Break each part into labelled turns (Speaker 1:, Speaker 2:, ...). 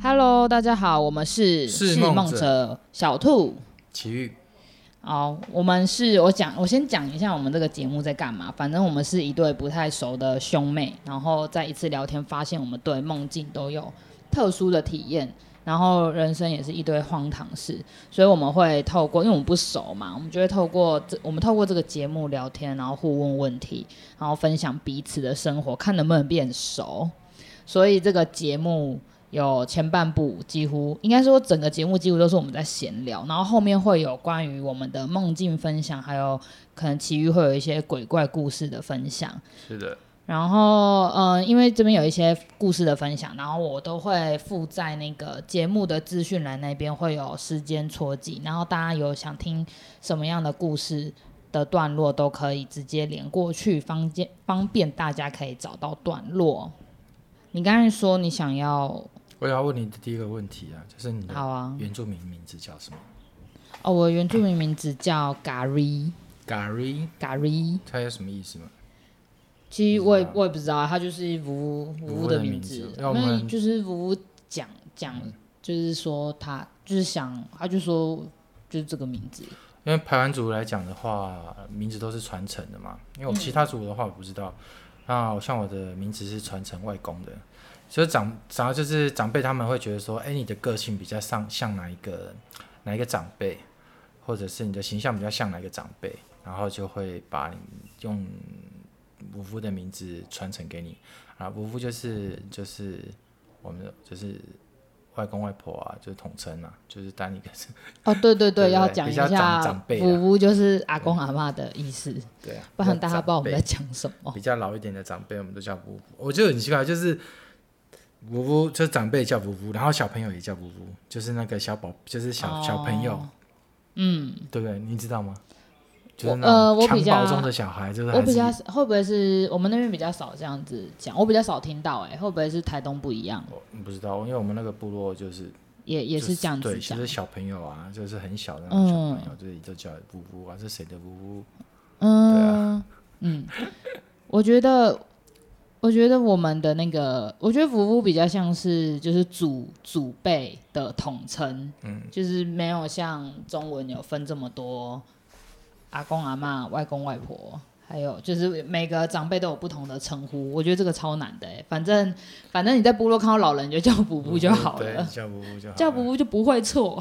Speaker 1: Hello，大家好，我们是
Speaker 2: 是
Speaker 1: 是
Speaker 2: 梦
Speaker 1: 梦
Speaker 2: 者
Speaker 1: 者小兔。
Speaker 2: 奇遇，
Speaker 1: 好，我们是我讲，我先讲一下我们这个节目在干嘛。反正我们是一对不太熟的兄妹，然后在一次聊天发现我们对梦境都有特殊的体验，然后人生也是一堆荒唐事，所以我们会透过，因为我们不熟嘛，我们就会透过这，我们透过这个节目聊天，然后互问问题，然后分享彼此的生活，看能不能变熟。所以这个节目有前半部几乎应该说整个节目几乎都是我们在闲聊，然后后面会有关于我们的梦境分享，还有可能其余会有一些鬼怪故事的分享。
Speaker 2: 是的，
Speaker 1: 然后，嗯，因为这边有一些故事的分享，然后我都会附在那个节目的资讯栏那边会有时间戳记，然后大家有想听什么样的故事的段落，都可以直接连过去，方便方便大家可以找到段落。你刚才说你想要，
Speaker 2: 我要问你的第一个问题啊，就是你的
Speaker 1: 好啊，
Speaker 2: 原住民名字叫什么
Speaker 1: 哦，我原住民名字叫咖喱
Speaker 2: ？Gary，
Speaker 1: 咖喱，
Speaker 2: 它有什么意思吗？
Speaker 1: 其实我也我也不知道，他就是五五
Speaker 2: 五
Speaker 1: 啊的
Speaker 2: 的
Speaker 1: 名
Speaker 2: 名
Speaker 1: 字
Speaker 2: 字，要不
Speaker 1: 那
Speaker 2: 然
Speaker 1: 就是五讲讲，就是说他就是想，他就说就是这个名字，
Speaker 2: 因为排湾族来讲的话，名字都是传承的嘛。因为我其他族的话我不知道，那像我的名字是传承外公的，所以长长就是长辈他们会觉得说，哎，你的个性比较像像哪一个哪一个长辈，或者是你的形象比较像哪一个长辈，然后就会把你用五夫的名字传承给你啊。五夫就是就是我们的就是外公外婆啊，就是统称啊，就是当一个 是
Speaker 1: 哦，对对
Speaker 2: 对对
Speaker 1: 要讲一
Speaker 2: 比较长
Speaker 1: 下
Speaker 2: 长，辈啊
Speaker 1: 五五就是阿公阿嬷的意思，
Speaker 2: 对啊，
Speaker 1: 不然大家不知道我们
Speaker 2: 长辈
Speaker 1: 在讲什 么。
Speaker 2: 比较老一点的长辈，我们都叫姑姑。我就很奇怪，就是姑姑，就是长辈叫姑姑，然后小朋友也叫姑姑，就是那个小宝，就是小、小朋友，
Speaker 1: 哦嗯，
Speaker 2: 对不对？你知道吗？就是
Speaker 1: 我呃
Speaker 2: 那
Speaker 1: 我
Speaker 2: 种
Speaker 1: 比
Speaker 2: 襁
Speaker 1: 较
Speaker 2: 褓中的小孩，就是
Speaker 1: 我
Speaker 2: 还
Speaker 1: 比较
Speaker 2: 是
Speaker 1: 会不会是我们那边比较少这样子讲，我比较少听到、哎，会不会是台东不一样，
Speaker 2: 我不知道，因为我们那个部落就是
Speaker 1: 也也
Speaker 2: 就是
Speaker 1: 这样子嗯
Speaker 2: 对，就
Speaker 1: 讲
Speaker 2: 是，小朋友啊，就是很小的那种小朋友，就是就叫姑姑啊，是谁的姑姑？
Speaker 1: 嗯，嗯，我觉得，我觉得我们的那个，我觉得福福比较像是就是祖祖辈的统称，嗯，就是没有像中文有分这么多阿公阿嬷、外公外婆。还有就是每个长辈都有不同的称呼，我觉得这个超难的哎、反正反正你在部落看到老人你就叫补补就好
Speaker 2: 对，
Speaker 1: 了，
Speaker 2: 叫姑姑就好了。
Speaker 1: 叫补补就不会错。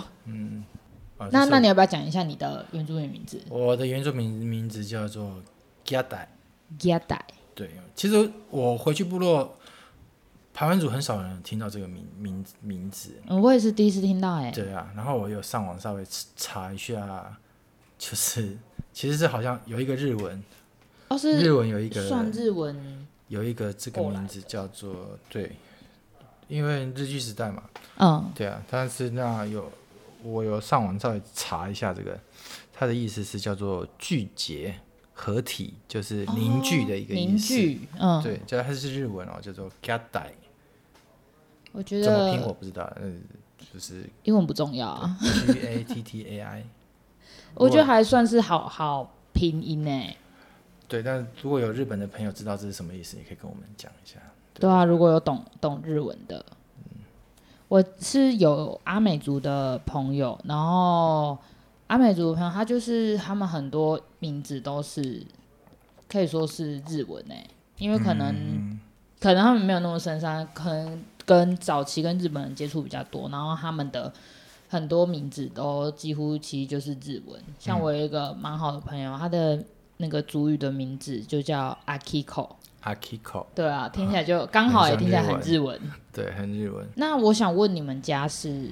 Speaker 2: 啊，
Speaker 1: 那
Speaker 2: 这是
Speaker 1: 那你要不要讲一下你的原住民名字？
Speaker 2: 我的原住民名字叫做 g a d a
Speaker 1: 亚代
Speaker 2: 对，其实我回去部落，排湾族很少人听到这个名名名字。
Speaker 1: 嗯我也是第一次听到哎、
Speaker 2: 对啊，然后我有上网稍微查一下，就是其实是好像有一个日文，
Speaker 1: 哦是
Speaker 2: 日文有一个
Speaker 1: 算日文，
Speaker 2: 有一个这个
Speaker 1: 过来
Speaker 2: 名字叫做对，因为日据时代嘛，
Speaker 1: 嗯，
Speaker 2: 对啊，但是那有我有上网稍微查一下这个，它的意思是叫做聚结、合体，就是凝聚的一个
Speaker 1: 哦凝
Speaker 2: 意思。
Speaker 1: 聚，嗯，
Speaker 2: 对，叫它是日文哦，叫做 g a d a
Speaker 1: 我觉
Speaker 2: 怎么拼
Speaker 1: 得
Speaker 2: 我不知道，呃，就是
Speaker 1: 英文不重要啊，
Speaker 2: G A T T A I。
Speaker 1: 我觉得还算是好好拼音欸呢、
Speaker 2: 对，但如果有日本的朋友知道这是什么意思，也可以跟我们讲一下。
Speaker 1: 对啊，如果有懂懂日文的，我是有阿美族的朋友，然后阿美族的朋友他就是他们很多名字都是可以说是日文诶、因为可能、可能他们没有那么深山，可能跟早期跟日本人接触比较多，然后他们的。很多名字都几乎其实就是日文，像我有一个蛮好的朋友，他的那个族语的名字就叫 Akiko，
Speaker 2: Akiko，
Speaker 1: 对啊，听起来就刚好也听起来很日文。
Speaker 2: 对，很日文。
Speaker 1: 那我想问你们家是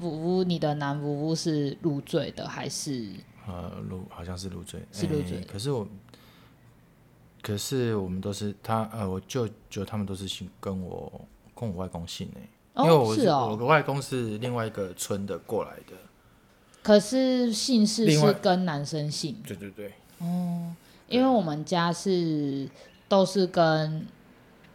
Speaker 1: 五屋，你的男五屋是入赘的还是？
Speaker 2: 呃，入好像是入赘，
Speaker 1: 是入
Speaker 2: 诶
Speaker 1: 赘
Speaker 2: 可是我，可是我们都是他呃，我舅舅他们都是姓跟我跟我外公姓诶、因为
Speaker 1: 哦，
Speaker 2: 我
Speaker 1: 是
Speaker 2: 我
Speaker 1: 哦。
Speaker 2: 的外公是另外一个村的过来的。
Speaker 1: 可是姓氏
Speaker 2: 另
Speaker 1: 是
Speaker 2: 外
Speaker 1: 跟男生姓，
Speaker 2: 对对对，
Speaker 1: 因为我们家是都是跟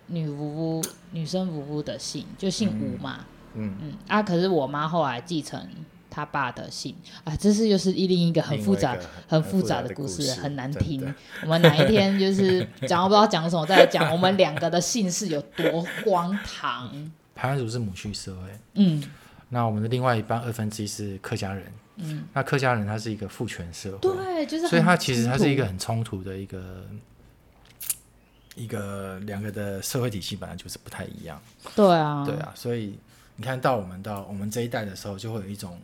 Speaker 1: 女五屋、女生五屋的姓，就姓吴嘛。
Speaker 2: 嗯
Speaker 1: 嗯啊，可是我妈后来继承她爸的姓啊，这是又是一另一个很
Speaker 2: 另
Speaker 1: 复
Speaker 2: 外一
Speaker 1: 杂
Speaker 2: 个
Speaker 1: 很
Speaker 2: 很
Speaker 1: 复
Speaker 2: 复
Speaker 1: 杂
Speaker 2: 杂
Speaker 1: 的
Speaker 2: 的
Speaker 1: 故
Speaker 2: 故
Speaker 1: 事，
Speaker 2: 事
Speaker 1: 很难
Speaker 2: 真的
Speaker 1: 听。我们哪一天 就是讲到不知道讲什么，再来讲我们两个的姓氏有多荒唐。
Speaker 2: 排湾族是母系社会，
Speaker 1: 嗯
Speaker 2: 那我们的另外一半二分之一是客家人，
Speaker 1: 嗯，
Speaker 2: 那客家人他是一个父权社会，
Speaker 1: 对，就是很
Speaker 2: 所以它其实它是一个
Speaker 1: 冲
Speaker 2: 很冲突的一个一个两个的社会体系本来就是不太一样，
Speaker 1: 突对啊，
Speaker 2: 对，啊，所以你看到我们到我们这一代的时候，就会有一种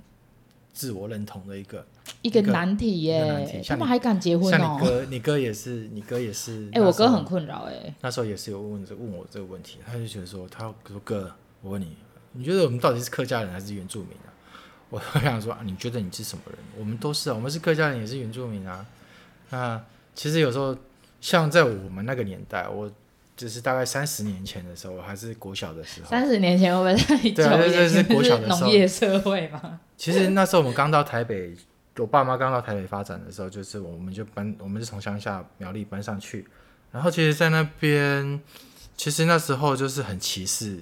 Speaker 2: 自我认同的一个，
Speaker 1: 一个
Speaker 2: 一个
Speaker 1: 难题
Speaker 2: 一个难
Speaker 1: 耶
Speaker 2: 题，
Speaker 1: 他
Speaker 2: 像
Speaker 1: 们
Speaker 2: 你
Speaker 1: 还敢结婚
Speaker 2: 像
Speaker 1: 哦
Speaker 2: 你？哥，你哥也是，你哥也是，
Speaker 1: 哎，我哥很
Speaker 2: 那时候
Speaker 1: 困扰哎，
Speaker 2: 那时候也是有问这问我这个问题，他就觉得说，他说哥，我问你，你觉得我们到底是客家人还是原住民啊？我我想说、啊，你觉得你是什么人？我们都是啊，我们是客家人也是原住民啊。那其实有时候，像在我们那个年代，我就是大概三十年前的时候，我还是国小的时候，
Speaker 1: 三十年前会不会太久
Speaker 2: 对啊
Speaker 1: 一
Speaker 2: 这
Speaker 1: 点？
Speaker 2: 这是国小的时候
Speaker 1: 农业社会 嘛，
Speaker 2: 其实那时候我们刚到台北，我爸妈刚到台北发展的时候，就是我们就搬，我们是从乡下苗栗搬上去，然后其实，在那边，其实那时候就是很歧视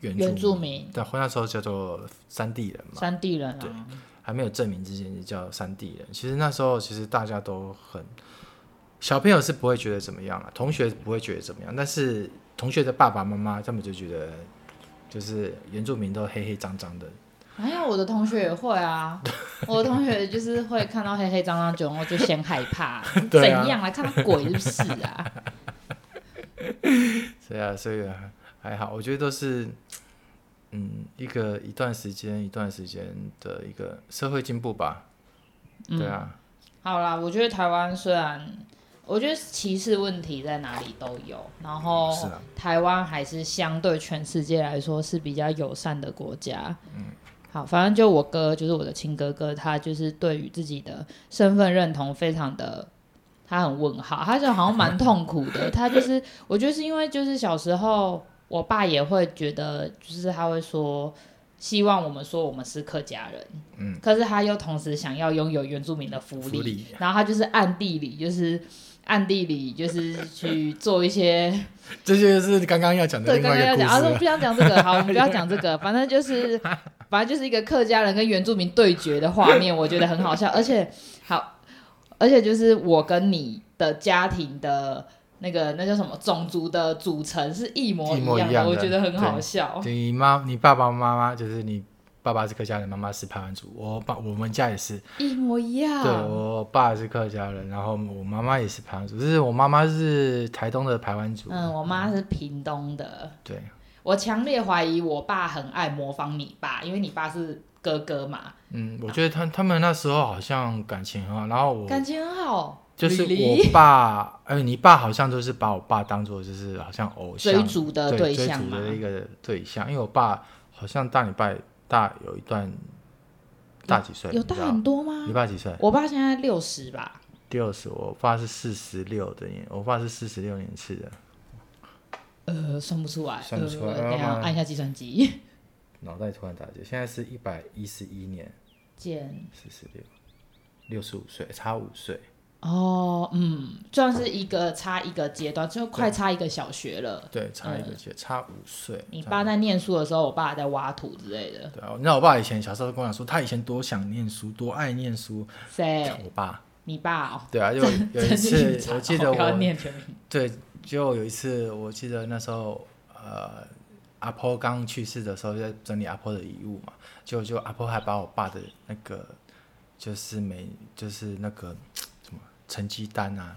Speaker 2: 原
Speaker 1: 原住
Speaker 2: 住
Speaker 1: 民
Speaker 2: 对，那时候叫做山地人嘛，
Speaker 1: 山地人啊，
Speaker 2: 还没有证明之前就叫山地人。其实那时候其实大家都很，小朋友是不会觉得怎么样啊，同学不会觉得怎么样，但是同学的爸爸妈妈他们就觉得，就是原住民都黑黑脏脏的，
Speaker 1: 哎呀，我的同学也会 啊，我的同学就是会看到黑黑脏脏酒，然后就先害怕，怎
Speaker 2: 对啊
Speaker 1: 样啊？看到鬼是不是啊？
Speaker 2: 对啊，所以还还好，我觉得都是，嗯，一个一段时间一段时间的一个社会进步吧。
Speaker 1: 嗯
Speaker 2: 对啊，
Speaker 1: 好啦，我觉得台湾虽然，我觉得歧视问题在哪里都有，然后
Speaker 2: 是啊
Speaker 1: 台湾还是相对全世界来说是比较友善的国家。嗯，好，反正就我哥，就是我的亲哥哥，他就是对于自己的身份认同非常的。他很问号，他就好像蛮痛苦的。他就是，我觉得是因为就是小时候，我爸也会觉得，就是他会说，希望我们说我们是客家人，
Speaker 2: 嗯，
Speaker 1: 可是他又同时想要拥有原住民的福
Speaker 2: 福利
Speaker 1: 然后他就是暗地里就是暗地里就是去做一些，
Speaker 2: 这就是刚刚要讲的
Speaker 1: 对，
Speaker 2: 另
Speaker 1: 刚
Speaker 2: 外
Speaker 1: 刚要
Speaker 2: 一个
Speaker 1: 讲，啊，我
Speaker 2: 故
Speaker 1: 不
Speaker 2: 事。
Speaker 1: 想讲这个，好，我们不要讲这 个，反正就是反正就是一个客家人跟原住民对决的画面，我觉得很好笑，而且好，而且就是我跟你的家庭的。那个那叫什么种族的组成是一模
Speaker 2: 一模
Speaker 1: 样
Speaker 2: 一样的
Speaker 1: 我觉得很好
Speaker 2: 对
Speaker 1: 笑。
Speaker 2: 你妈、你爸爸妈妈就是你爸爸是客家人，妈妈是排湾族，我爸我们家也是，
Speaker 1: 一模一样。
Speaker 2: 对我爸是客家人，然后我妈妈也是排湾族，就是我妈妈是台东的排湾族。
Speaker 1: 嗯，我妈是屏东的，
Speaker 2: 对，
Speaker 1: 我强烈怀疑我爸很爱模仿你爸，因为你爸是哥哥嘛，
Speaker 2: 嗯，我觉得他他们那时候好像感情很好，然后我
Speaker 1: 感情很好，
Speaker 2: 就是
Speaker 1: 李黎
Speaker 2: 我爸，哎，你爸好像就是把我爸当做就是好像偶像
Speaker 1: 追逐的
Speaker 2: 对
Speaker 1: 对
Speaker 2: 追
Speaker 1: 象
Speaker 2: 逐
Speaker 1: 嘛，
Speaker 2: 的一个对象，因为我爸好像大你爸大有一段大几岁，
Speaker 1: 有
Speaker 2: 你知
Speaker 1: 大
Speaker 2: 道
Speaker 1: 很多吗？
Speaker 2: 你爸几岁？
Speaker 1: 我爸现在六十吧，
Speaker 2: 六十，我爸是四十六的年，我爸是四十六年次的，
Speaker 1: 呃，算不出来，
Speaker 2: 算不出来
Speaker 1: 呃等一下
Speaker 2: 妈妈
Speaker 1: 按一下计算机，
Speaker 2: 脑袋突然打结，现在是一百一十一年，
Speaker 1: 减
Speaker 2: 四十六，六十五岁，差五岁，
Speaker 1: 哦，嗯，算是一个差一个阶段，就快差一个小学了。
Speaker 2: 对，差一个节，差五岁。
Speaker 1: 嗯你
Speaker 2: 差
Speaker 1: 爸在念书的时候，我爸还在挖土之类的，
Speaker 2: 对啊，你知道我爸以前小时候跟我讲说，他以前多想念书，多爱念书。
Speaker 1: 谁？
Speaker 2: 我爸，
Speaker 1: 你爸哦。
Speaker 2: 对啊，就有一
Speaker 1: 真
Speaker 2: 次
Speaker 1: 是惨，
Speaker 2: 我记得
Speaker 1: 不要
Speaker 2: 我
Speaker 1: 念全名，
Speaker 2: 对，就有一次我记得那时候呃阿婆刚去世的时候，在整理阿婆的遗物嘛，就就阿婆还把我爸的那个就是每就是那个什么成绩单啊，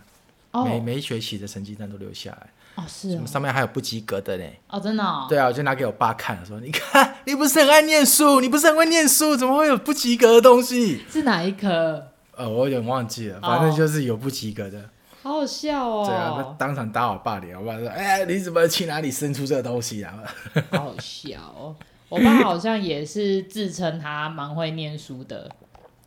Speaker 2: 每
Speaker 1: 哦
Speaker 2: 每一学期的成绩单都留下来，
Speaker 1: 哦是
Speaker 2: 什
Speaker 1: 哦
Speaker 2: 么上面还有不及格的呢。
Speaker 1: 哦真的哦，
Speaker 2: 对啊，我就拿给我爸看，说你看，你不是很爱念书，你不是很会念书，怎么会有不及格的东西？
Speaker 1: 是哪一科？
Speaker 2: 呃，我有点忘记了，反
Speaker 1: 哦
Speaker 2: 正就是有不及格的。
Speaker 1: 好好笑
Speaker 2: 对啊，他
Speaker 1: 哦，
Speaker 2: 当场打我爸脸，我爸说：“哎、你怎么去哪里生出这个东西啊
Speaker 1: 好好笑哦。我爸好像也是自称他蛮会念书的，？”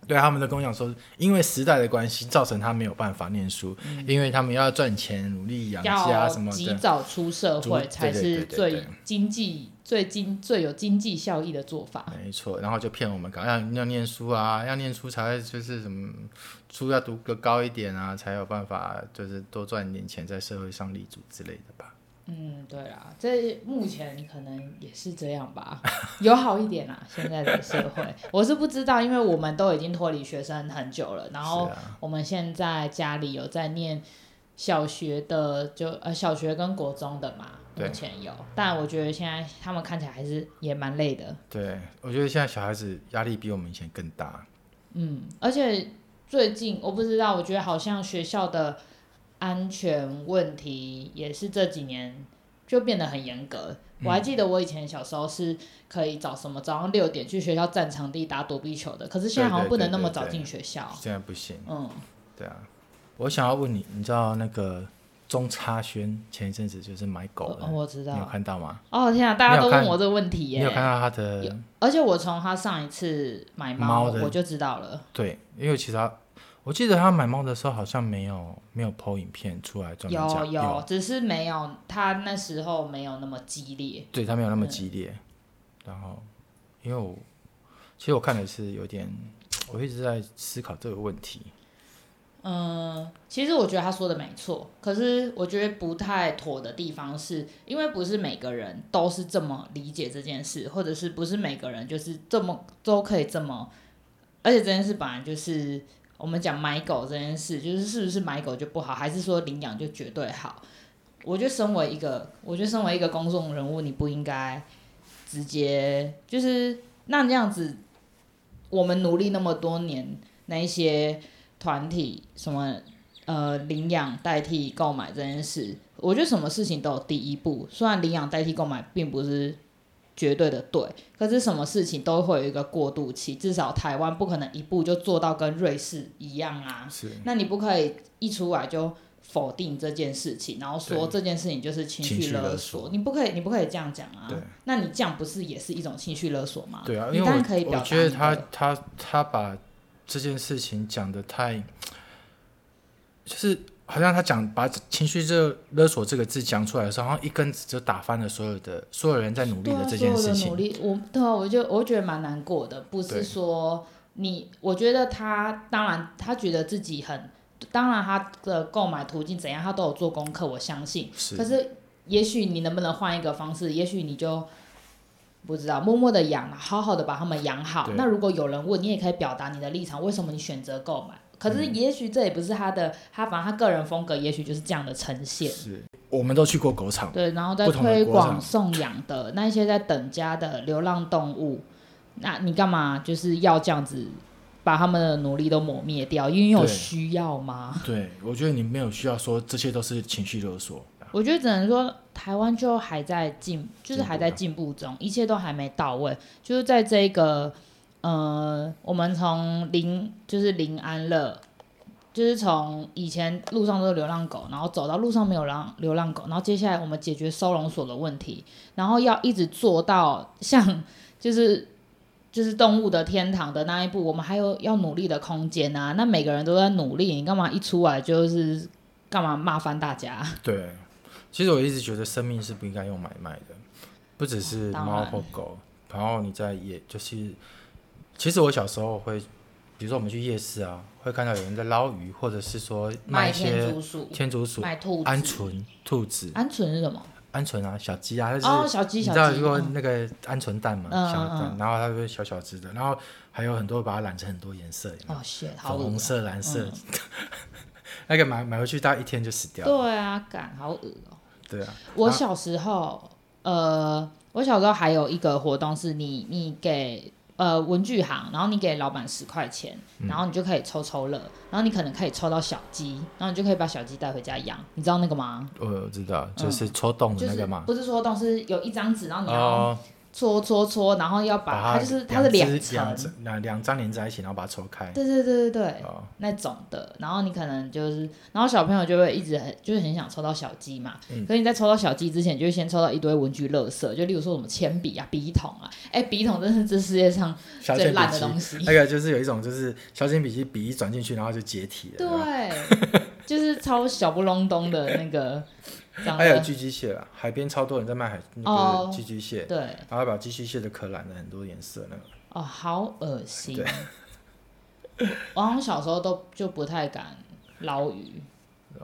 Speaker 2: 对啊，他们都跟我讲说，因为时代的关系，造成他没有办法念书，因为他们要赚钱、努力养
Speaker 1: 要
Speaker 2: 家什么
Speaker 1: 及
Speaker 2: 的。
Speaker 1: 早出社会
Speaker 2: 对
Speaker 1: 才
Speaker 2: 对对
Speaker 1: 是
Speaker 2: 对
Speaker 1: 最
Speaker 2: 对
Speaker 1: 经济、最经最有经济效益的做法。
Speaker 2: 没错，然后就骗我们搞要要念书啊，要念书才会就是什么书要读个高一点啊，才有办法就是多赚一点钱，在社会上立足之类的吧。
Speaker 1: 嗯，对啦，这目前可能也是这样吧，有好一点啦。现在的社会，我是不知道，因为我们都已经脱离学生很久了，然后
Speaker 2: 是啊
Speaker 1: 我们现在家里有在念小学的就呃小学跟国中的嘛，目
Speaker 2: 对
Speaker 1: 前有，但我觉得现在他们看起来还是也蛮累的，
Speaker 2: 对，我觉得现在小孩子压力比我们以前更大。
Speaker 1: 嗯，而且最近我不知道，我觉得好像学校的安全问题也是这几年就变得很严格。我
Speaker 2: 嗯
Speaker 1: 还记得我以前小时候是可以早什么早上六点去学校占场地打躲避球的，可是现在好像不能那么早进学校。
Speaker 2: 现在不行，
Speaker 1: 嗯，
Speaker 2: 对啊。我想要问你，你知道那个钟插轩前一阵子就是买狗
Speaker 1: 我
Speaker 2: 的，
Speaker 1: 哦我知
Speaker 2: 你有
Speaker 1: 道。
Speaker 2: 看到吗？
Speaker 1: 哦天啊，大家
Speaker 2: 你
Speaker 1: 都
Speaker 2: 有看
Speaker 1: 问我这个问题
Speaker 2: 你有看
Speaker 1: 耶！
Speaker 2: 到他的
Speaker 1: 而且我从他上一次买猫，
Speaker 2: 猫的
Speaker 1: 我就知道了。
Speaker 2: 对，因为其实他，我记得他买猫的时候好像没有没有 PO 影片出来专门
Speaker 1: 有
Speaker 2: 讲，
Speaker 1: 有，只是没有他那时候没有那么激烈。
Speaker 2: 对他没有那么激烈。
Speaker 1: 嗯
Speaker 2: 然后，因为我其实我看的是有点，我一直在思考这个问题。
Speaker 1: 嗯，其实我觉得他说的没错，可是我觉得不太妥的地方是，因为不是每个人都是这么理解这件事，或者是不是每个人就是这么都可以这么，而且这件事本来就是我们讲买狗这件事，就是是不是买狗就不好，还是说领养就绝对好？我觉得身为一个，我觉得身为一个公众人物，你不应该直接就是那这样子，我们努力那么多年，那一些。团体什么呃领养代替购买这件事，我觉得什么事情都有第一步。虽然领养代替购买并不是绝对的对，可是什么事情都会有一个过渡期，至少台湾不可能一步就做到跟瑞士一样啊。
Speaker 2: 是
Speaker 1: 那你不可以一出来就否定这件事情，然后说
Speaker 2: 对
Speaker 1: 这件事情就是情
Speaker 2: 情
Speaker 1: 绪
Speaker 2: 绪
Speaker 1: 勒
Speaker 2: 勒
Speaker 1: 索
Speaker 2: 索
Speaker 1: 你不可以，你不可以这样讲啊
Speaker 2: 对。
Speaker 1: 那你这样不是也是一种情绪勒索吗？
Speaker 2: 对啊，
Speaker 1: 你
Speaker 2: 因为
Speaker 1: 当然可以
Speaker 2: 我
Speaker 1: 表
Speaker 2: 我
Speaker 1: 达
Speaker 2: 觉得
Speaker 1: 你
Speaker 2: 他
Speaker 1: 的
Speaker 2: 他他把这件事情讲的太，就是好像他讲把情绪这勒索这个字讲出来的时候，好像一根子就打翻了所有的所有人在努力
Speaker 1: 对啊，
Speaker 2: 的
Speaker 1: 所
Speaker 2: 这
Speaker 1: 有
Speaker 2: 件事
Speaker 1: 的
Speaker 2: 情
Speaker 1: 努。力，我对啊，我就我觉得蛮难过的，不是
Speaker 2: 对
Speaker 1: 说你，我觉得他当然他觉得自己很，当然他的购买途径怎样，他都有做功课，我相信。
Speaker 2: 是
Speaker 1: 可是也许你能不能换一个方式？也许你就不知道，默默的养，好好的把它们养好。
Speaker 2: 对
Speaker 1: 那如果有人问，你也可以表达你的立场，为什么你选择购买？可
Speaker 2: 嗯
Speaker 1: 是也许这也不是他的，他反正他个人风格，也许就是这样的呈现。
Speaker 2: 是，我们都去过狗场。
Speaker 1: 对，然后在
Speaker 2: 不同的
Speaker 1: 推
Speaker 2: 国
Speaker 1: 广
Speaker 2: 家
Speaker 1: 送养的那一些在等家的流浪动物，那你干嘛就是要这样子把他们的努力都抹灭掉？因为有
Speaker 2: 对
Speaker 1: 需要吗？
Speaker 2: 对，我觉得你没有需要说这些都是情绪勒索。
Speaker 1: 我觉得只能说台湾就还在进，就是
Speaker 2: 啊进步
Speaker 1: 还在
Speaker 2: 吧
Speaker 1: 进步中，一切都还没到位。就是在这个呃，我们从临就是临安乐，就是从以前路上都是流浪狗，然后走到路上没有浪流浪狗，然后接下来我们解决收容所的问题，然后要一直做到像就是。就是动物的天堂的那一步，我们还有要努力的空间啊！那每个人都在努力，你干嘛一出来就是干嘛骂翻大家？啊
Speaker 2: 对，其实我一直觉得生命是不应该用买卖的，不只是
Speaker 1: 哦当
Speaker 2: 猫
Speaker 1: 然
Speaker 2: 或狗，然后你在也就是，其实我小时候会，比如说我们去夜市啊，会看到有人在捞鱼，或者是说卖
Speaker 1: 卖
Speaker 2: 一
Speaker 1: 天
Speaker 2: 些
Speaker 1: 竺鼠，
Speaker 2: 天竺鼠、
Speaker 1: 卖兔子，
Speaker 2: 鹌，鹑、兔子、
Speaker 1: 鹌鹑是什么？
Speaker 2: 鹌鹑啊、小鸡啊，就是、
Speaker 1: 哦，小鸡，
Speaker 2: 你
Speaker 1: 小
Speaker 2: 知道
Speaker 1: 鸡，
Speaker 2: 说
Speaker 1: 嗯
Speaker 2: 那个鹌鹑蛋嘛，
Speaker 1: 嗯
Speaker 2: 小
Speaker 1: 嗯
Speaker 2: 蛋，然后它就是小小只的，然后还有很多把它染成很多颜色，有没有
Speaker 1: 哦，血，好
Speaker 2: 粉
Speaker 1: 恶
Speaker 2: 红
Speaker 1: 哦。
Speaker 2: 色、蓝色， 那个买买回去大概一天就死掉了。
Speaker 1: 对啊，干，好恶哦。
Speaker 2: 对啊，
Speaker 1: 我
Speaker 2: 啊
Speaker 1: 小时候，呃，我小时候还有一个活动是你，你给。呃，文具行，然后你给老板十块钱，
Speaker 2: 嗯
Speaker 1: 然后你就可以抽抽乐，然后你可能可以抽到小鸡，然后你就可以把小鸡带回家养，你知道那个吗？
Speaker 2: 呃我知道，就是抽动的
Speaker 1: 就
Speaker 2: 哦那
Speaker 1: 是
Speaker 2: 个嘛。
Speaker 1: 不是说动嗯是有一张纸，然后你要
Speaker 2: 哦，
Speaker 1: 搓搓搓，然后要把
Speaker 2: 它
Speaker 1: 就是它
Speaker 2: 它
Speaker 1: 是
Speaker 2: 两只
Speaker 1: 层
Speaker 2: 两，只两两张连在一起，然后把它抽开。
Speaker 1: 对对对对对，
Speaker 2: 哦，
Speaker 1: 那种的，然后你可能就是，然后小朋友就会一直很就是很想抽到小鸡嘛，
Speaker 2: 嗯
Speaker 1: 可是你在抽到小鸡之前，就会先抽到一堆文具垃圾，就例如说什么铅笔啊、笔筒啊，哎、笔筒真是这世界上
Speaker 2: 小
Speaker 1: 最
Speaker 2: 铅
Speaker 1: 烂的
Speaker 2: 笔哎
Speaker 1: 东
Speaker 2: 记，
Speaker 1: 西，
Speaker 2: 那个就是有一种就是小铅笔记笔一转进去，然后就解体了。有没有，
Speaker 1: 对，啊就是超小不隆咚的那 个，长
Speaker 2: 还有
Speaker 1: 得
Speaker 2: 寄居蟹啦，海边超多人在卖海那
Speaker 1: 哦
Speaker 2: 个寄居蟹，
Speaker 1: 对，
Speaker 2: 然后把寄居蟹的壳染了很多颜色那个。
Speaker 1: 哦，好恶心， 我好像小时候都就不太敢捞鱼，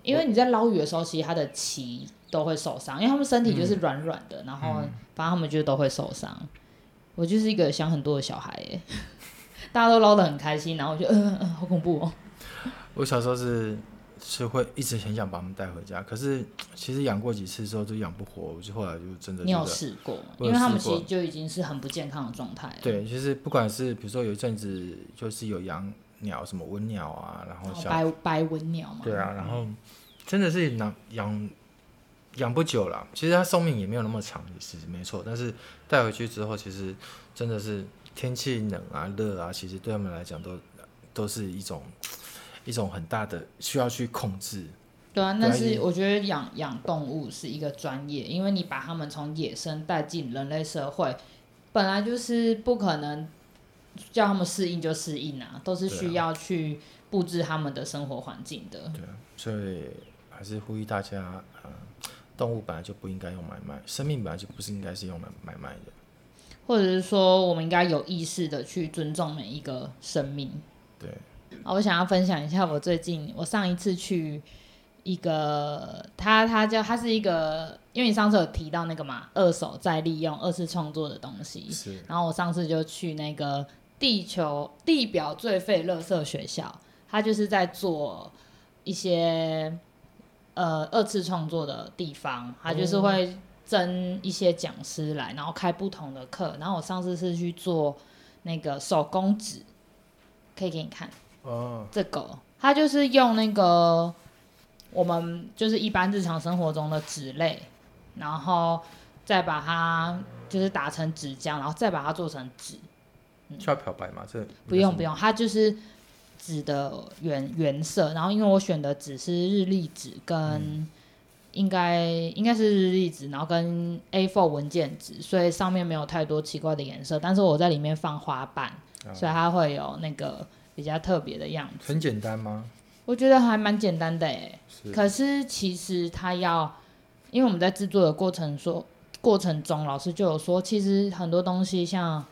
Speaker 1: 因为你在捞鱼的时候，其实它的鳍都会受伤，因为它们身体就是软软
Speaker 2: 嗯
Speaker 1: 的，然后反正它们就都会受伤。我就是一个想很多的小孩耶， 呃大家都捞得很开心，然后我就嗯嗯嗯，好恐怖哦。
Speaker 2: 我小时候是是会一直很想把它们带回家，可是其实养过几次之后就养不活，我就后来就真的
Speaker 1: 你
Speaker 2: 觉
Speaker 1: 有
Speaker 2: 得
Speaker 1: 试过吗？
Speaker 2: 我
Speaker 1: 因
Speaker 2: 有
Speaker 1: 为他们
Speaker 2: 试
Speaker 1: 其
Speaker 2: 过
Speaker 1: 实就已经是很不健康的状态了。
Speaker 2: 对，就是不管是比如说有一阵子就是有养鸟，什么文鸟啊，然后
Speaker 1: 然后
Speaker 2: 小
Speaker 1: 哦白白文鸟嘛。
Speaker 2: 对啊，然后真的是养养养不久了，其实它寿命也没有那么长，也是没错。但是带回去之后，其实真的是天气冷啊、热啊，其实对他们来讲都都是一种一种很大的需要去控制。
Speaker 1: 对啊，
Speaker 2: 对啊
Speaker 1: 但是我觉得养养动物是一个专业，因为你把它们从野生带进人类社会，本来就是不可能叫他们适应就适应啊，都是
Speaker 2: 对啊
Speaker 1: 需要去布置他们的生活环境的。
Speaker 2: 对啊，所以还是呼吁大家，呃，动物本来就不应该用买卖，生命本来就不是应该是用来买卖的。
Speaker 1: 或者是说，我们应该有意识的去尊重每一个生命。
Speaker 2: 对，
Speaker 1: 啊，我想要分享一下我最近，我上一次去一个，他他叫他是一个，因为你上次有提到那个嘛，二手再利用、二次创作的东西，
Speaker 2: 是
Speaker 1: 然后我上次就去那个地球地表最废垃圾学校，它就是在做一些呃二次创作的地方，它就是会征一些讲师来，然后开不同的课。然后我上次是去做那个手工纸，可以给你看
Speaker 2: 哦，
Speaker 1: 这个，它就是用那个我们就是一般日常生活中的纸类，然后再把它就是打成纸浆，然后再把它做成纸。
Speaker 2: 需要漂白吗？这
Speaker 1: 不用不用，它就是纸的原原色。然后因为我选的纸是日历纸跟应该、应该是日历纸，然后跟 A4 文件纸，所以上面没有太多奇怪的颜色。但是我在里面放花瓣，
Speaker 2: 哦
Speaker 1: 所以它会有那个比较特别的样子。
Speaker 2: 很简单吗？
Speaker 1: 我觉得还蛮简单的诶、
Speaker 2: 是
Speaker 1: 可是其实它要，因为我们在制作的过程说过程中，老师就有说，其实很多东西像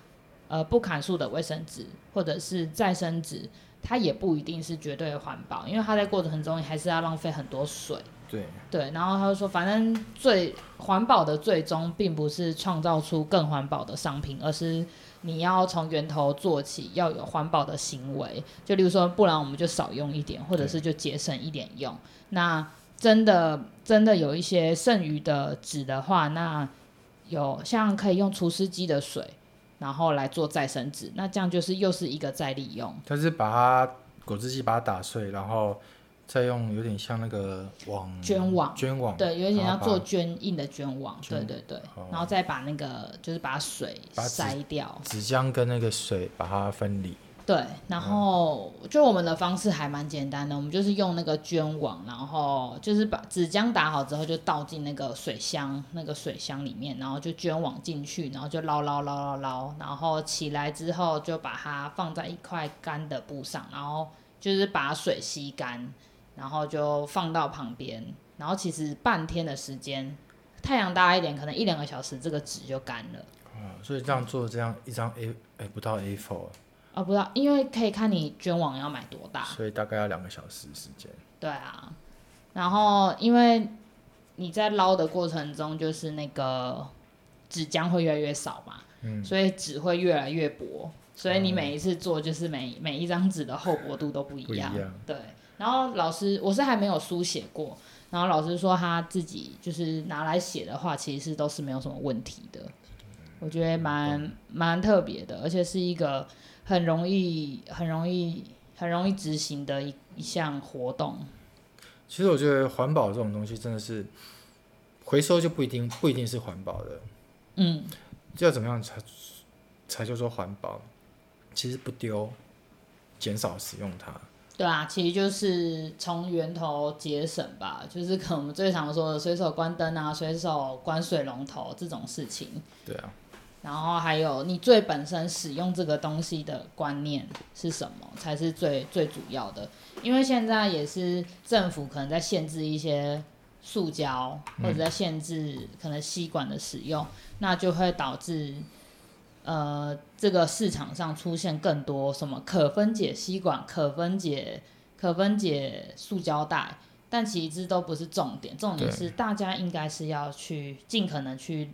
Speaker 1: 呃不砍树的卫生纸或者是再生纸，它也不一定是绝对环保，因为它在过程中还是要浪费很多水。
Speaker 2: 对，
Speaker 1: 对，然后他就说，反正最环保的最终并不是创造出更环保的商品，而是你要从源头做起，要有环保的行为。就例如说，不然我们就少用一点，或者是就节省一点用。那真的真的有一些剩余的纸的话，那有像可以用除湿机的水，然后来做再生纸，那这样就是又是一个再利用。
Speaker 2: 它是把它果汁机把它打碎，然后再用有点像那个网
Speaker 1: 捐网
Speaker 2: 捐网，
Speaker 1: 对，有一点
Speaker 2: 然
Speaker 1: 要
Speaker 2: 后
Speaker 1: 做
Speaker 2: 把
Speaker 1: 捐印的捐网，对
Speaker 2: 捐
Speaker 1: 对对，
Speaker 2: 哦
Speaker 1: 然后再把那个就是把水
Speaker 2: 把纸
Speaker 1: 筛掉，
Speaker 2: 纸浆跟那个水把它分离。
Speaker 1: 对，然后就我们的方式还蛮简单的，我们就是用那个捐网，然后就是把纸浆打好之后就倒进那个水箱，那个水箱里面，然后就捐网进去，然后就捞捞捞捞捞，然后起来之后就把它放在一块干的布上，然后就是把水吸干，然后就放到旁边，然后其实半天的时间，太阳大一点，可能一两个小时，这个纸就干了。
Speaker 2: 哦，所以这样做这样一张 A 哎不到 A4，
Speaker 1: 啊、不知道，因为可以看你捐网要买多大。
Speaker 2: 所以大概要两个小时时间。
Speaker 1: 对啊，然后因为你在捞的过程中，就是那个纸浆会越来越少嘛，
Speaker 2: 嗯
Speaker 1: 所以纸会越来越薄，所以你每一次做就是每、每一张纸的厚薄度都不一
Speaker 2: 不一
Speaker 1: 样。
Speaker 2: 样
Speaker 1: 对，然后老师我是还没有书写过，然后老师说他自己就是拿来写的话，其实是都是没有什么问题的。我觉得蛮蛮特别的，而且是一个很容易、很容易、很容易执行的一一项活动。
Speaker 2: 其实我觉得环保这种东西真的是回收就不一定不一定是环保的，
Speaker 1: 嗯，
Speaker 2: 要怎么样才才叫做环保？其实不丢，减少使用它。
Speaker 1: 对啊，其实就是从源头节省吧，就是可能我们最常说的随手关灯啊、随手关水龙头这种事情，
Speaker 2: 对啊，
Speaker 1: 然后还有你最本身使用这个东西的观念是什么，才是最最主要的。因为现在也是政府可能在限制一些塑胶，或
Speaker 2: 嗯
Speaker 1: 者在限制可能吸管的使用，那就会导致呃这个市场上出现更多什么可分解吸管、可分解、可分解塑胶袋，但其实这都不是重点，重点
Speaker 2: 对
Speaker 1: 是大家应该是要去尽可能去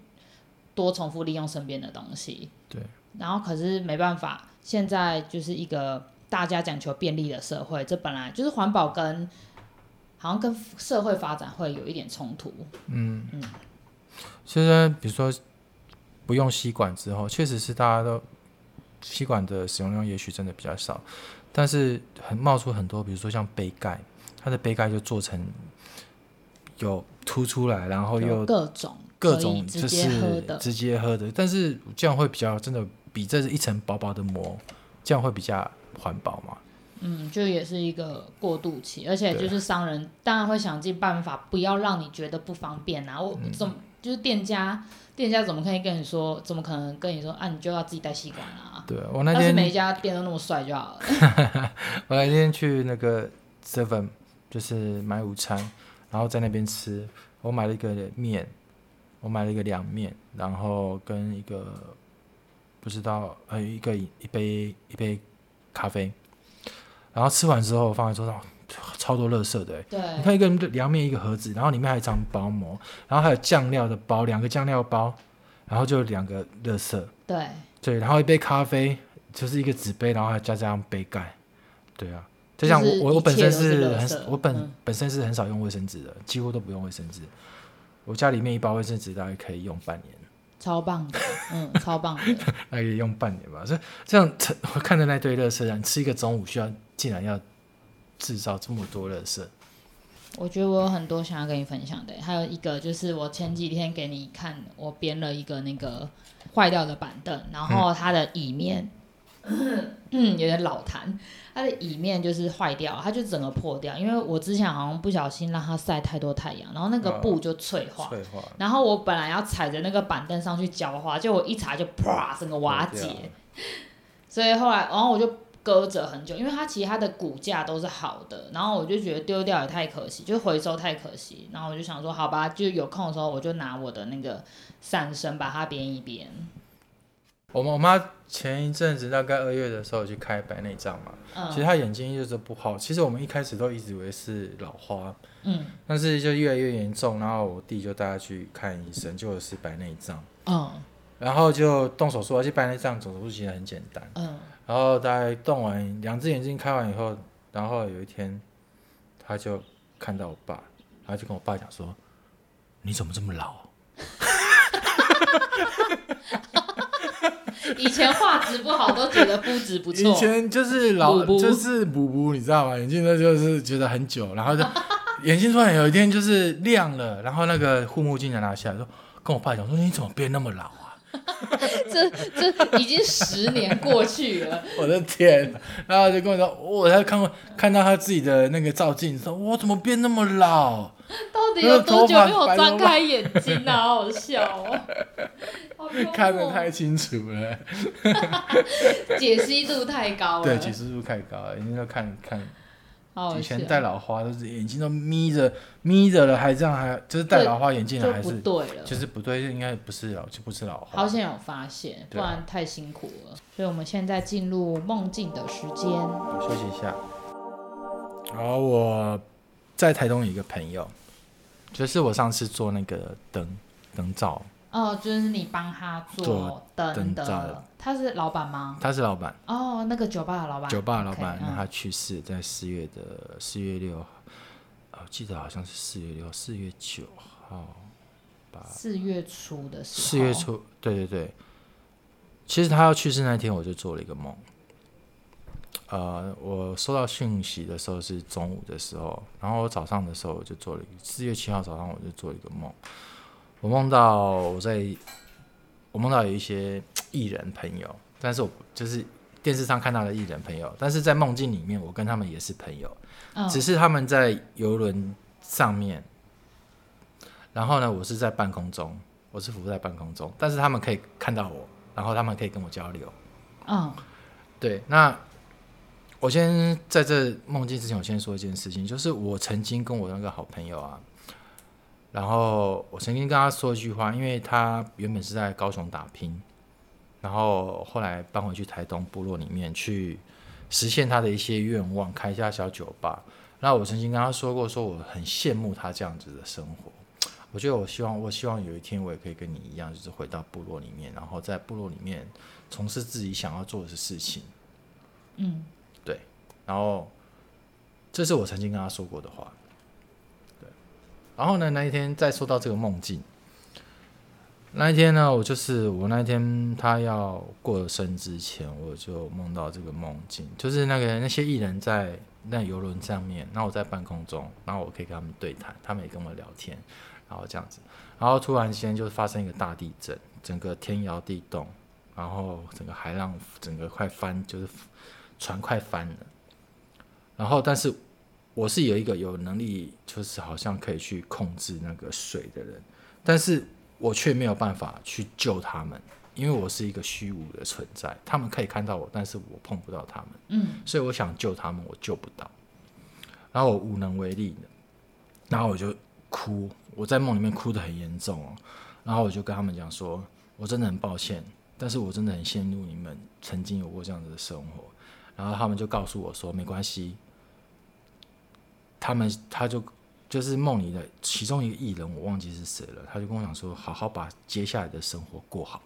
Speaker 1: 多重复利用身边的东西。
Speaker 2: 对。
Speaker 1: 然后可是没办法，现在就是一个大家讲求便利的社会，这本来就是环保跟好像跟社会发展会有一点冲突。
Speaker 2: 嗯，其实比如说不用吸管之后，确实是大家都吸管的使用量也许真的比较少，但是很冒出很多，比如说像杯盖，它的杯盖就做成有凸出来，然后又
Speaker 1: 各种
Speaker 2: 哦各
Speaker 1: 可以
Speaker 2: 种
Speaker 1: 直
Speaker 2: 就
Speaker 1: 接
Speaker 2: 是
Speaker 1: 喝的，
Speaker 2: 直接喝的，但是这样会比较真的比这是一层薄薄的膜，这样会比较环保嘛？
Speaker 1: 嗯，就也是一个过渡期，而且
Speaker 2: 对
Speaker 1: 就是商人当然会想尽办法，不要让你觉得不方便啊。我
Speaker 2: 嗯
Speaker 1: 怎么、就是店家，店家怎么可以跟你说，怎么可能跟你说啊？你就要自己带吸管啊？
Speaker 2: 对我那
Speaker 1: 要是
Speaker 2: 天
Speaker 1: 每一家店都那么帅就好了。
Speaker 2: 我那天去那个 Seven，就是买午餐，然后在那边吃。我买了一个面，我买了一个凉面，然后跟一个不知道呃一个一杯一杯咖啡。然后吃完之后放在桌上，超多垃圾的欸、
Speaker 1: 对，
Speaker 2: 你看一个凉面一个盒子，然后里面还有一张薄膜，然后还有酱料的包，两个酱料包，然后就两个垃圾。
Speaker 1: 对，
Speaker 2: 对，然后一杯咖啡就是一个纸杯，然后还加这样杯盖，对啊，就像
Speaker 1: 就是
Speaker 2: 我我我本身
Speaker 1: 一切都是垃圾
Speaker 2: 很我本、
Speaker 1: 嗯
Speaker 2: 本身是很少用卫生纸的，几乎都不用卫生纸。我家里面一包卫生纸大概可以用半年，
Speaker 1: 超棒的，嗯，超棒的，
Speaker 2: 大概可以用半年吧。所以这样，我看着那堆垃圾，你吃一个中午需要，竟然要制造这么多垃圾，
Speaker 1: 我觉得我有很多想要跟你分享的。还有一个就是我前几天给你看，我编了一个那个坏掉的板凳，然后它的椅面，嗯，有点老痰，它的椅面就是坏掉，它就整个破掉，因为我之前好像不小心让它晒太多太阳，然后那个布就脆化。
Speaker 2: 脆化。
Speaker 1: 然后我本来要踩着那个板凳上去浇花，结果我一踩就啪，整个瓦解。所以后来，然后我就搁着很久，因为它其实它的骨架都是好的，然后我就觉得丢掉也太可惜，就回收太可惜，然后我就想说，好吧，就有空的时候我就拿我的那个伞绳把它编一编。
Speaker 2: 我们我妈前一阵子大概二月的时候去开白内障嘛，其实
Speaker 1: 嗯
Speaker 2: 她眼睛一直都不好。其实我们一开始都一直以为是老花，
Speaker 1: 嗯
Speaker 2: 但是就越来越严重，然后我弟就带他去看医生，结果是白内障，
Speaker 1: 嗯
Speaker 2: 然后就动手术，而且白内障手术其实很简单，
Speaker 1: 嗯，
Speaker 2: 然后大概动完两只眼睛开完以后，然后有一天他就看到我爸，然后就跟我爸讲说：“你怎么这么老？”啊
Speaker 1: 以前画质不好都觉得肤质不
Speaker 2: 以
Speaker 1: 错，
Speaker 2: 前就是老
Speaker 1: 补补
Speaker 2: 就是补补，你知道吗？眼镜那就是觉得很久，然后就 眼睛突然有一天就是亮了，然后那个护目镜才拿下来，说跟我爸讲说：“你怎么变那么老啊？”
Speaker 1: 这这已经十年过去了，
Speaker 2: 我的天！然后就跟我说，我才看过看到他自己的那个照镜，说我怎么变那么老？
Speaker 1: 到底有多久没有张开眼睛啊？好好笑哦，好幽默
Speaker 2: 看得太清楚了，
Speaker 1: 解析度太高了，
Speaker 2: 对，解释度太高了，眼睛都看看。
Speaker 1: 好好啊
Speaker 2: 以前
Speaker 1: 笑
Speaker 2: 戴老花都是眼睛都眯着眯着了，还这样还就是戴老花眼镜
Speaker 1: 就
Speaker 2: 了，还
Speaker 1: 不
Speaker 2: 是
Speaker 1: 对了。
Speaker 2: 就是不对，应该不是老就不是老
Speaker 1: 好
Speaker 2: 花。
Speaker 1: 险有发现，不
Speaker 2: 对啊
Speaker 1: 然太辛苦了。所以我们现在进入梦境的时间。
Speaker 2: 休息一下。然后我在台东有一个朋友，就是我上次做那个灯灯罩，
Speaker 1: 哦，就是你帮他做
Speaker 2: 做
Speaker 1: 灯
Speaker 2: 灯
Speaker 1: 的
Speaker 2: 罩，
Speaker 1: 他是老板吗？
Speaker 2: 他是老板。
Speaker 1: 哦，那个酒吧的老板。
Speaker 2: 酒吧的老板
Speaker 1: OK，
Speaker 2: 让
Speaker 1: 嗯
Speaker 2: 他去世，在四月的四月六号，呃我记得好像是四月六、四月九号，
Speaker 1: 四月初的时候。
Speaker 2: 四月。初，对对对。其实他要去世那天，我就做了一个梦。呃，我收到讯息的时候是中午的时候，然后我早上的时候我就做了一个四月七号早上我就做了一个梦，我梦到我在，我梦到有一些艺人朋友，但是我就是电视上看到的艺人朋友，但是在梦境里面我跟他们也是朋友，
Speaker 1: 嗯
Speaker 2: 只是他们在游轮上面，然后呢，我是在半空中，我是浮在半空中，但是他们可以看到我，然后他们可以跟我交流。
Speaker 1: 嗯
Speaker 2: 对，那我先在这梦境之前，我先说一件事情，就是我曾经跟我那个好朋友啊，然后我曾经跟他说一句话，因为他原本是在高雄打拼，然后后来搬回去台东部落里面去实现他的一些愿望，开一家小酒吧。那我曾经跟他说过，说我很羡慕他这样子的生活。我觉得我希望，我希望有一天我也可以跟你一样，就是回到部落里面，然后在部落里面从事自己想要做的事情。
Speaker 1: 嗯
Speaker 2: 然后这是我曾经跟他说过的话。然后呢，那一天再说到这个梦境，那一天呢，我就是我那一天他要过生之前，我就梦到这个梦境，就是那个那些艺人在那游轮上面，然后我在半空中，然后我可以跟他们对谈，他们也跟我聊天，然后这样子，然后突然间就发生一个大地震，整个天摇地动，然后整个海浪整个快翻，就是船快翻了，然后但是我是有一个有能力，就是好像可以去控制那个水的人，但是我却没有办法去救他们，因为我是一个虚无的存在，他们可以看到我，但是我碰不到他们，
Speaker 1: 嗯，
Speaker 2: 所以我想救他们，我救不到，然后我无能为力然后我就哭，我在梦里面哭得很严重哦，然后我就跟他们讲说，我真的很抱歉，但是我真的很羡慕你们曾经有过这样子的生活，然后他们就告诉我说，没关系，他们他就就是梦里的其中一个艺人，我忘记是谁了，他就跟我讲说，好好把接下来的生活过好。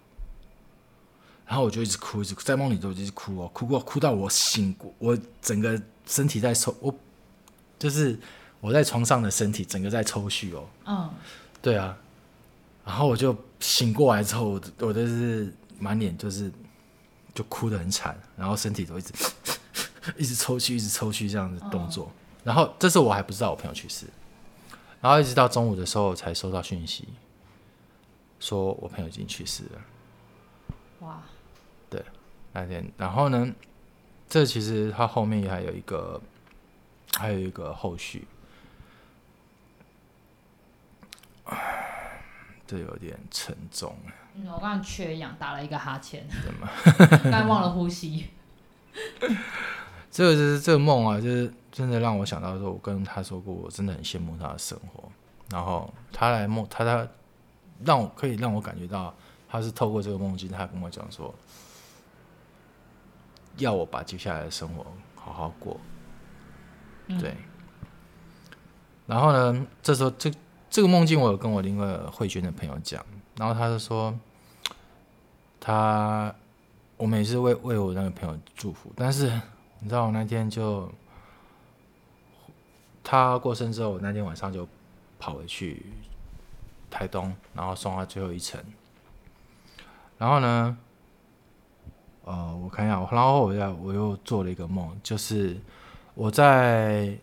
Speaker 2: 然后我就一直哭，一直哭在梦里都一直哭哦，哭过哭到我醒过，我整个身体在抽，我就是我在床上的身体整个在抽搐哦，
Speaker 1: 嗯，
Speaker 2: 对啊，然后我就醒过来之后，我我就是满脸就是就哭得很惨，然后身体都一直 一直抽搐，一直抽搐这样的动作。然后这时候我还不知道我朋友去世，然后一直到中午的时候才收到讯息，说我朋友已经去世了。
Speaker 1: 哇，
Speaker 2: 那天，然后呢，这其实它后面还有一个，还有一个后续，这有点沉重，
Speaker 1: 嗯，我刚刚缺氧，打了一个哈欠，
Speaker 2: 真的吗？
Speaker 1: 但忘了呼吸。
Speaker 2: 这个就是这个梦啊，就是真的让我想到说，我跟他说过，我真的很羡慕他的生活。然后他来梦，他他让我可以让我感觉到，他是透过这个梦境，他跟我讲说，要我把接下来的生活好好过。
Speaker 1: 嗯
Speaker 2: 对。然后呢，这时候这这个梦境，我有跟我另外一个慧娟的朋友讲，然后他就说，他我们也是为为我那个朋友祝福，但是你知道我那天就他过生之后，我那天晚上就跑回去台东，然后送他最后一程。然后呢，呃，我看一下，然后我又我又做了一个梦，就是我在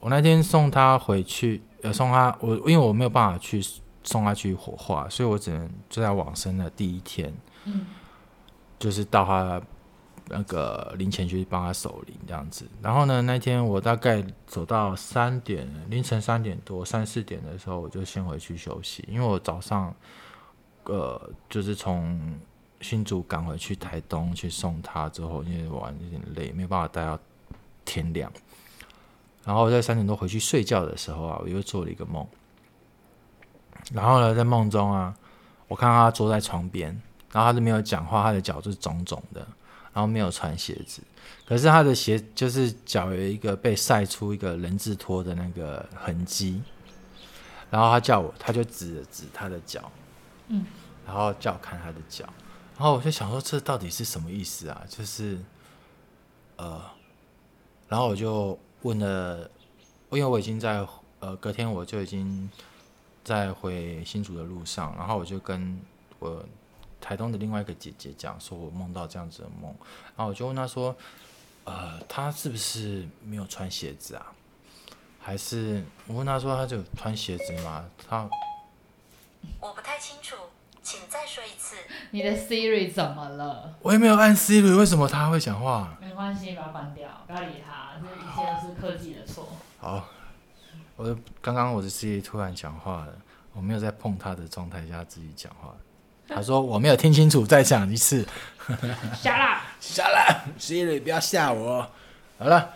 Speaker 2: 我那天送他回去，呃，送他我因为我没有办法去送他去火化，所以我只能就在往生的第一天，
Speaker 1: 嗯，
Speaker 2: 就是到他那个林前去帮他守灵这样子。然后呢，那天我大概走到三点，凌晨三点多、三四点的时候，我就先回去休息，因为我早上呃就是从新竹赶回去台东去送他之后，因为晚有点累，没有办法待到天亮。然后在三点多回去睡觉的时候啊，我又做了一个梦。然后呢，在梦中啊，我看到他坐在床边，然后他就没有讲话，他的脚就是肿肿的，然后没有穿鞋子。可是他的鞋就是脚有一个被晒出一个人字拖的那个痕迹，然后他叫我，他就指了指他的脚，
Speaker 1: 嗯，
Speaker 2: 然后叫我看他的脚，然后我就想说这到底是什么意思啊？就是，呃，然后我就问了，因为我已经在呃隔天我就已经在回新竹的路上，然后我就跟我台东的另外一个姐姐讲，说我梦到这样子的梦，然后我就问她说，呃，她是不是没有穿鞋子啊？还是我问她说她就有穿鞋子吗？她
Speaker 3: 我不太清楚，请再说一次。
Speaker 1: 你的 Siri 怎么了？
Speaker 2: 我也没有按 Siri，为什么她会讲话？
Speaker 1: 没关系，把它关掉，不要理他，这一切都是科技的错。
Speaker 2: 好，我的刚刚我的 Siri 突然讲话了，我没有在碰她的状态下自己讲话。她说我没有听清楚，再讲一次。
Speaker 1: 下啦，
Speaker 2: 下来，Siri 不要吓我。好了，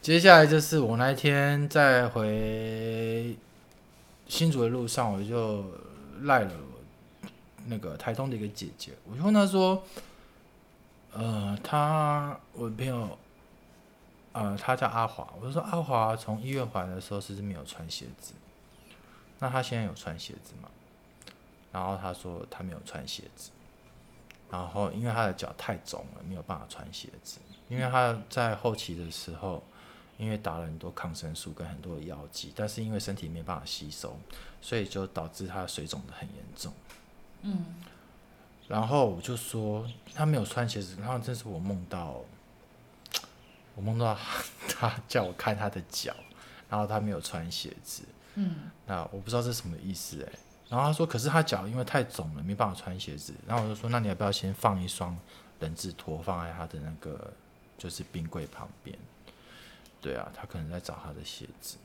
Speaker 2: 接下来就是我那一天在回新竹的路上，我就赖了我那个台东的一个姐姐，我就问她说，呃，她我朋友，呃，她叫阿华，我就说阿华从医院回来的时候是不是没有穿鞋子？那她现在有穿鞋子吗？然后她说她没有穿鞋子。然后因为他的脚太肿了，没有办法穿鞋子。因为他在后期的时候，因为打了很多抗生素跟很多的药剂，但是因为身体没办法吸收，所以就导致他水肿的很严重。
Speaker 1: 嗯，
Speaker 2: 然后我就说他没有穿鞋子，然后这是我梦到，我梦到他他叫我看他的脚，然后他没有穿鞋子，
Speaker 1: 嗯，
Speaker 2: 那我不知道这是什么意思哎、然后他说可是他脚因为太肿了没办法穿鞋子，然后我就说那你要不要先放一双人字拖放在他的那个就是冰柜旁边？对啊，他可能在找他的鞋子。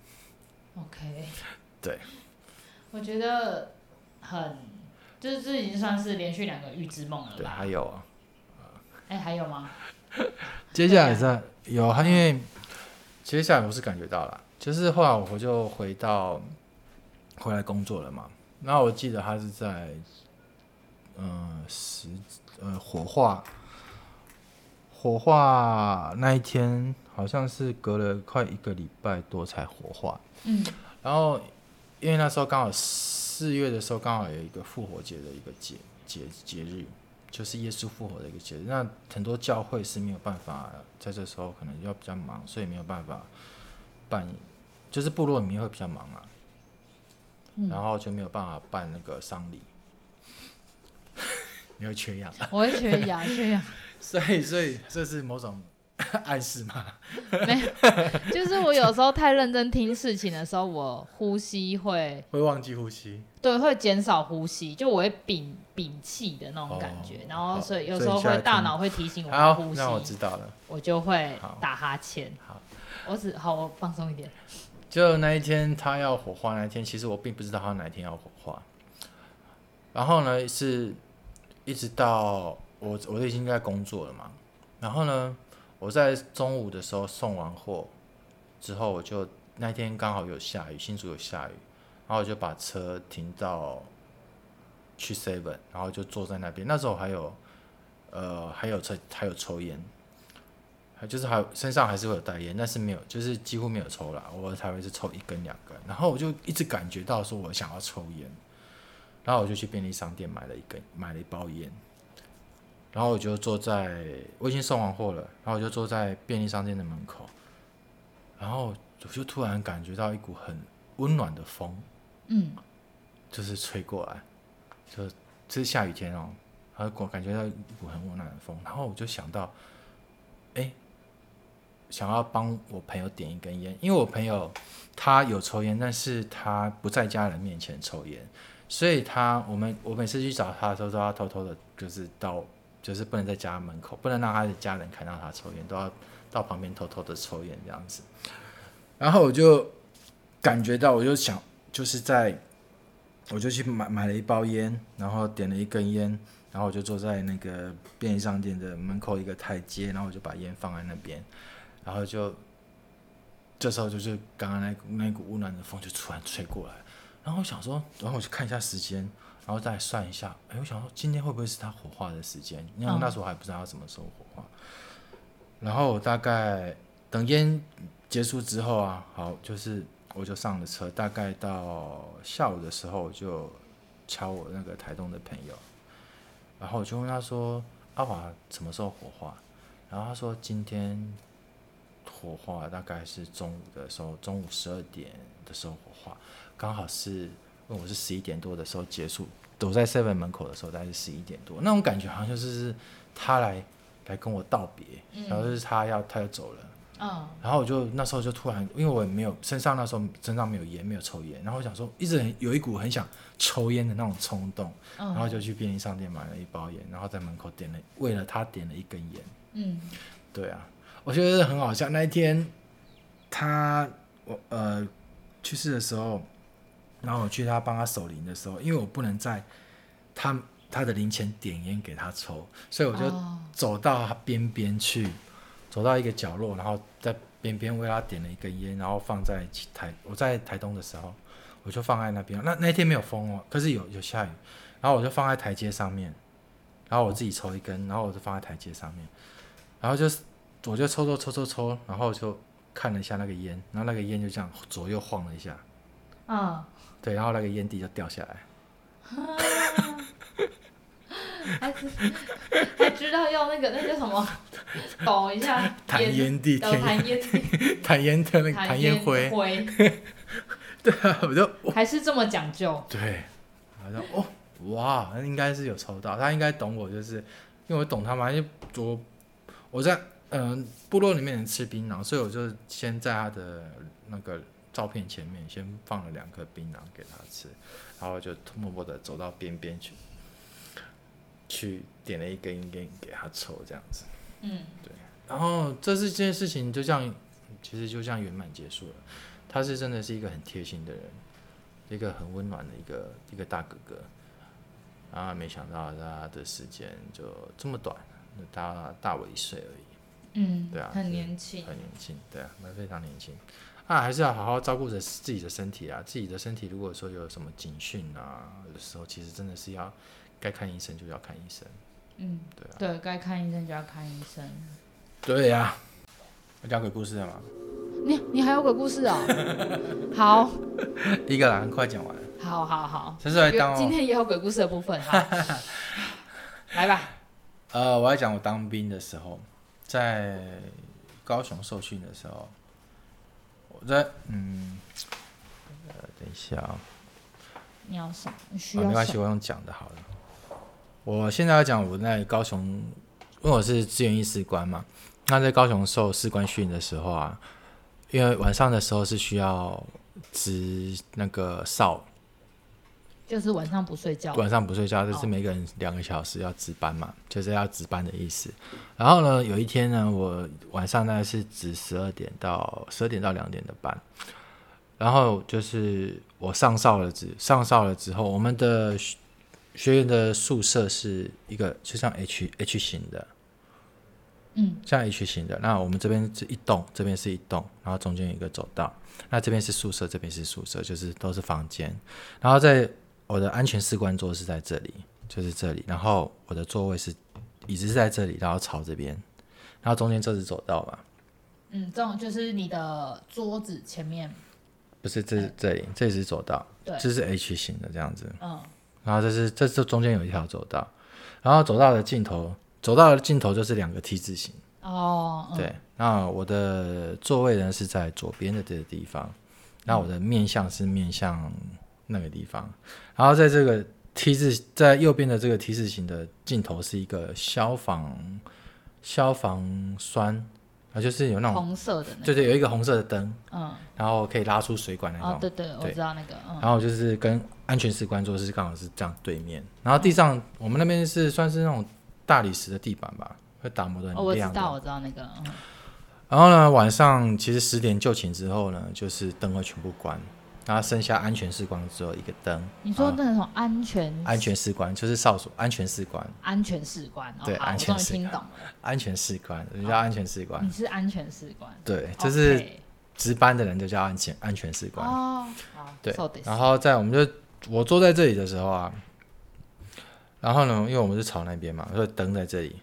Speaker 1: OK，
Speaker 2: 对，
Speaker 1: 我觉得很，就是这已经算是连续两个预知梦了
Speaker 2: 对，
Speaker 1: 吧？
Speaker 2: 还有啊，
Speaker 1: 哎，还有吗？
Speaker 2: 接下来是有，因为接下来我是感觉到了，就是后来我就回到回来工作了嘛。然后我记得他是在嗯十呃火化火化那一天，好像是隔了快一个礼拜多才火化。
Speaker 1: 嗯
Speaker 2: 然后因为那时候刚好四月的时候，刚好有一个复活节的一个节节节日，就是耶稣复活的一个节日。那很多教会是没有办法在这时候可能要比较忙，所以没有办法办，就是部落里面会比较忙啊，然
Speaker 1: 嗯，
Speaker 2: 后就没有办法办那个丧礼。你会缺氧，
Speaker 1: 我会缺氧，缺氧，
Speaker 2: 所以所以这是某种 暗示吗？
Speaker 1: 就是我有时候太认真听事情的时候，我呼吸会。
Speaker 2: 会忘记呼吸，
Speaker 1: 对，会减少呼吸，就我会屏屏气的那种感觉，
Speaker 2: 哦
Speaker 1: 然后所以有
Speaker 2: 所
Speaker 1: 时
Speaker 2: 以
Speaker 1: 候
Speaker 2: 你现在
Speaker 1: 会大
Speaker 2: 听
Speaker 1: 脑会提醒我要
Speaker 2: 好
Speaker 1: 呼，吸，
Speaker 2: 那我知道了。
Speaker 1: 我就会
Speaker 2: 好
Speaker 1: 打哈欠。
Speaker 2: 好，
Speaker 1: 我只好我放松一点。
Speaker 2: 就那一天他要火化那一天，其实我并不知道他哪一天要火化。然后呢，是一直到我我已经在工作了嘛。然后呢，我在中午的时候送完货之后，我就那天刚好有下雨，新竹有下雨，然后我就把车停到去 seven，然后就坐在那边。那时候还有呃还有抽还有抽烟，还就是还有身上还是会有带烟，但是没有，就是几乎没有抽啦，我才会是抽一根两根。然后我就一直感觉到说我想要抽烟，然后我就去便利商店买了一根，买了一包烟。然后我就坐在，我已经送完货了，然后我就坐在便利商店的门口，然后我就突然感觉到一股很温暖的风，
Speaker 1: 嗯，
Speaker 2: 就是吹过来，就这是下雨天哦，然后我感觉到一股很温暖的风，然后我就想到，哎，想要帮我朋友点一根烟，因为我朋友他有抽烟，但是他不在家人面前抽烟，所以他我们我每次去找他的时候，都要偷偷的，就是到就是不能在家门口，不能让他的家人看到他抽烟，都要到旁边偷偷的抽烟这样子。然后我就感觉到，我就想就是在我就去买买了一包烟，然后点了一根烟，然后我就坐在那个便利商店的门口一个台阶，然后我就把烟放在那边，然后就这时候就是刚刚那股那股温暖的风就突然吹过来，然后我想说，然后我去看一下时间，然后再算一下，哎，我想说今天会不会是他火化的时间？因为
Speaker 1: 嗯
Speaker 2: 那时候还不知道他什么时候火化。然后我大概等烟结束之后啊，好，就是我就上了车，大概到下午的时候，我就敲我那个台东的朋友，然后我就问他说：“阿华什么时候火化？”然后他说：“今天火化大概是中午的时候，中午十二点的时候火化，刚好是问我是十一点多的时候结束，躲在 seven 门口的时候大概是十一点多，那种感觉好像就是他来来跟我道别，然后就是他要他要走了。”
Speaker 1: 嗯，
Speaker 2: 然后我就那时候就突然，因为我也没有身上那时候身上没有烟，没有抽烟，然后我想说，一直很有一股很想抽烟的那种冲动，
Speaker 1: 嗯
Speaker 2: 然后就去便利商店买了一包烟，然后在门口点了，为了他点了一根烟。
Speaker 1: 嗯
Speaker 2: 对啊，我觉得很好笑。那一天他我呃去世的时候，然后我去他帮他守灵的时候，因为我不能在他他的灵前点烟给他抽，所以我就
Speaker 1: 哦
Speaker 2: 走到他边边去，走到一个角落，然后在边边为他点了一根烟，然后放在台我在台东的时候，我就放在那边。那那天没有风哦，可是有有下雨，然后我就放在台阶上面，然后我自己抽一根，然后我就放在台阶上面，然后就是我就抽抽抽抽抽，然后就看了一下那个烟，然后那个烟就这样左右晃了一下，
Speaker 1: 嗯，
Speaker 2: 对，然后那个烟蒂就掉下来。
Speaker 1: 还知 还知道要那个那叫什 么，抖一下，
Speaker 2: 弹烟蒂，
Speaker 1: 要
Speaker 2: 天
Speaker 1: 弹烟
Speaker 2: 弹烟的 那个 弹烟灰，
Speaker 1: 灰，
Speaker 2: 对啊，我就哦
Speaker 1: 还是这么讲究。
Speaker 2: 对，好像哦哇，那应该是有抽到，他应该懂我，就是因为我懂他嘛，因为我我在嗯、呃部落里面人吃槟榔，所以我就先在他的那个照片前面先放了两颗槟榔给他吃，然后就默默的走到边边去，去点了一根一根给他抽这样子。
Speaker 1: 嗯，
Speaker 2: 然后这是这件事情就这样，其实就这样圆满结束了。他是真的是一个很贴心的人，一个很温暖的一个一个大哥哥。啊，没想到他的时间就这么短，大大我一岁而已，
Speaker 1: 嗯，
Speaker 2: 对啊
Speaker 1: 很年轻，
Speaker 2: 很年轻，对啊，那非常年轻。啊，还是要好好照顾着自己的身体啊！自己的身体如果说有什么警讯啊的时候，其实真的是要该看医生就要看医生。
Speaker 1: 嗯，
Speaker 2: 对啊
Speaker 1: 对，该看医生就要看医生。
Speaker 2: 对呀、要讲鬼故事了吗？
Speaker 1: 你你还有鬼故事哦？ 好，
Speaker 2: 一个啦，很快讲完了。
Speaker 1: 好，好，好，
Speaker 2: 这是来当、哦、
Speaker 1: 今天也有鬼故事的部分， 好，来吧。
Speaker 2: 呃，我要讲我当兵的时候，在高雄受训的时候，我在嗯，呃，等一下啊、
Speaker 1: 你要什么？你需
Speaker 2: 啊没
Speaker 1: 要
Speaker 2: 关
Speaker 1: 什
Speaker 2: 系，
Speaker 1: 么？
Speaker 2: 我用讲的好了。我现在要讲我在高雄，因为我是志愿役士官嘛，那在高雄受士官训的时候啊，因为晚上的时候是需要值那个哨，
Speaker 1: 就是晚上不睡觉。
Speaker 2: 晚上不睡觉，就是
Speaker 1: 哦
Speaker 2: 每个人两个小时要值班嘛，就是要值班的意思。然后呢，有一天呢，我晚上呢是值十二点到十二点到两点的班，然后就是我上哨了之上哨了之后，我们的学学员的宿舍是一个就像 H H 型的，
Speaker 1: 嗯
Speaker 2: 像 H 型的。那我们这边是一栋，这边是一栋，然后中间有一个走道。那这边是宿舍，这边是宿舍，就是都是房间。然后在我的安全士官座是在这里，就是这里。然后我的座位是椅子是在这里，然后朝这边，然后中间就是走道嘛，
Speaker 1: 嗯，这种就是你的桌子前面，
Speaker 2: 不是这这里，这里是走道，
Speaker 1: 对
Speaker 2: 这是 H 型的这样子。
Speaker 1: 嗯
Speaker 2: 然后这是这这中间有一条走道，然后走道的尽头，走道的尽头就是两个 T 字形。
Speaker 1: 哦，嗯
Speaker 2: 对，那我的座位呢是在左边的这个地方，那我的面向是面向那个地方，然后在这个 T 字在右边的这个 T 字形的尽头是一个消防消防栓，啊，就是有那种
Speaker 1: 红色的那个，
Speaker 2: 就是有一个红色的灯，
Speaker 1: 嗯，
Speaker 2: 然后可以拉出水管那种。
Speaker 1: 哦，对对，我
Speaker 2: 对
Speaker 1: 知道那个，嗯，
Speaker 2: 然后就是跟安全士官座是刚好是这样对面，然后地上我们那边是算是那种大理石的地板吧，会打磨的
Speaker 1: 哦，
Speaker 2: 很
Speaker 1: 我知
Speaker 2: 亮的。
Speaker 1: 道，我知道那个，嗯
Speaker 2: 然后呢，晚上其实十点就寝之后呢，就是灯会全部关，然后剩下安全士官只有一个灯。
Speaker 1: 你说
Speaker 2: 啊
Speaker 1: 那种安全
Speaker 2: 安全士官就是哨所，安全士官，
Speaker 1: 安全士官，哦
Speaker 2: 对
Speaker 1: 好
Speaker 2: 安
Speaker 1: 我
Speaker 2: 全
Speaker 1: 终于
Speaker 2: 士
Speaker 1: 听
Speaker 2: 官
Speaker 1: 懂了，
Speaker 2: 安全士官，人家安全士官，
Speaker 1: 你是安全士官，
Speaker 2: 对，就
Speaker 1: 嗯
Speaker 2: 是
Speaker 1: ，OK
Speaker 2: 值班的人就叫安全安全士官。
Speaker 1: 哦，好，
Speaker 2: 对
Speaker 1: so this，
Speaker 2: 然后在我们就我坐在这里的时候啊，然后呢，因为我们是朝那边嘛，所以灯在这里。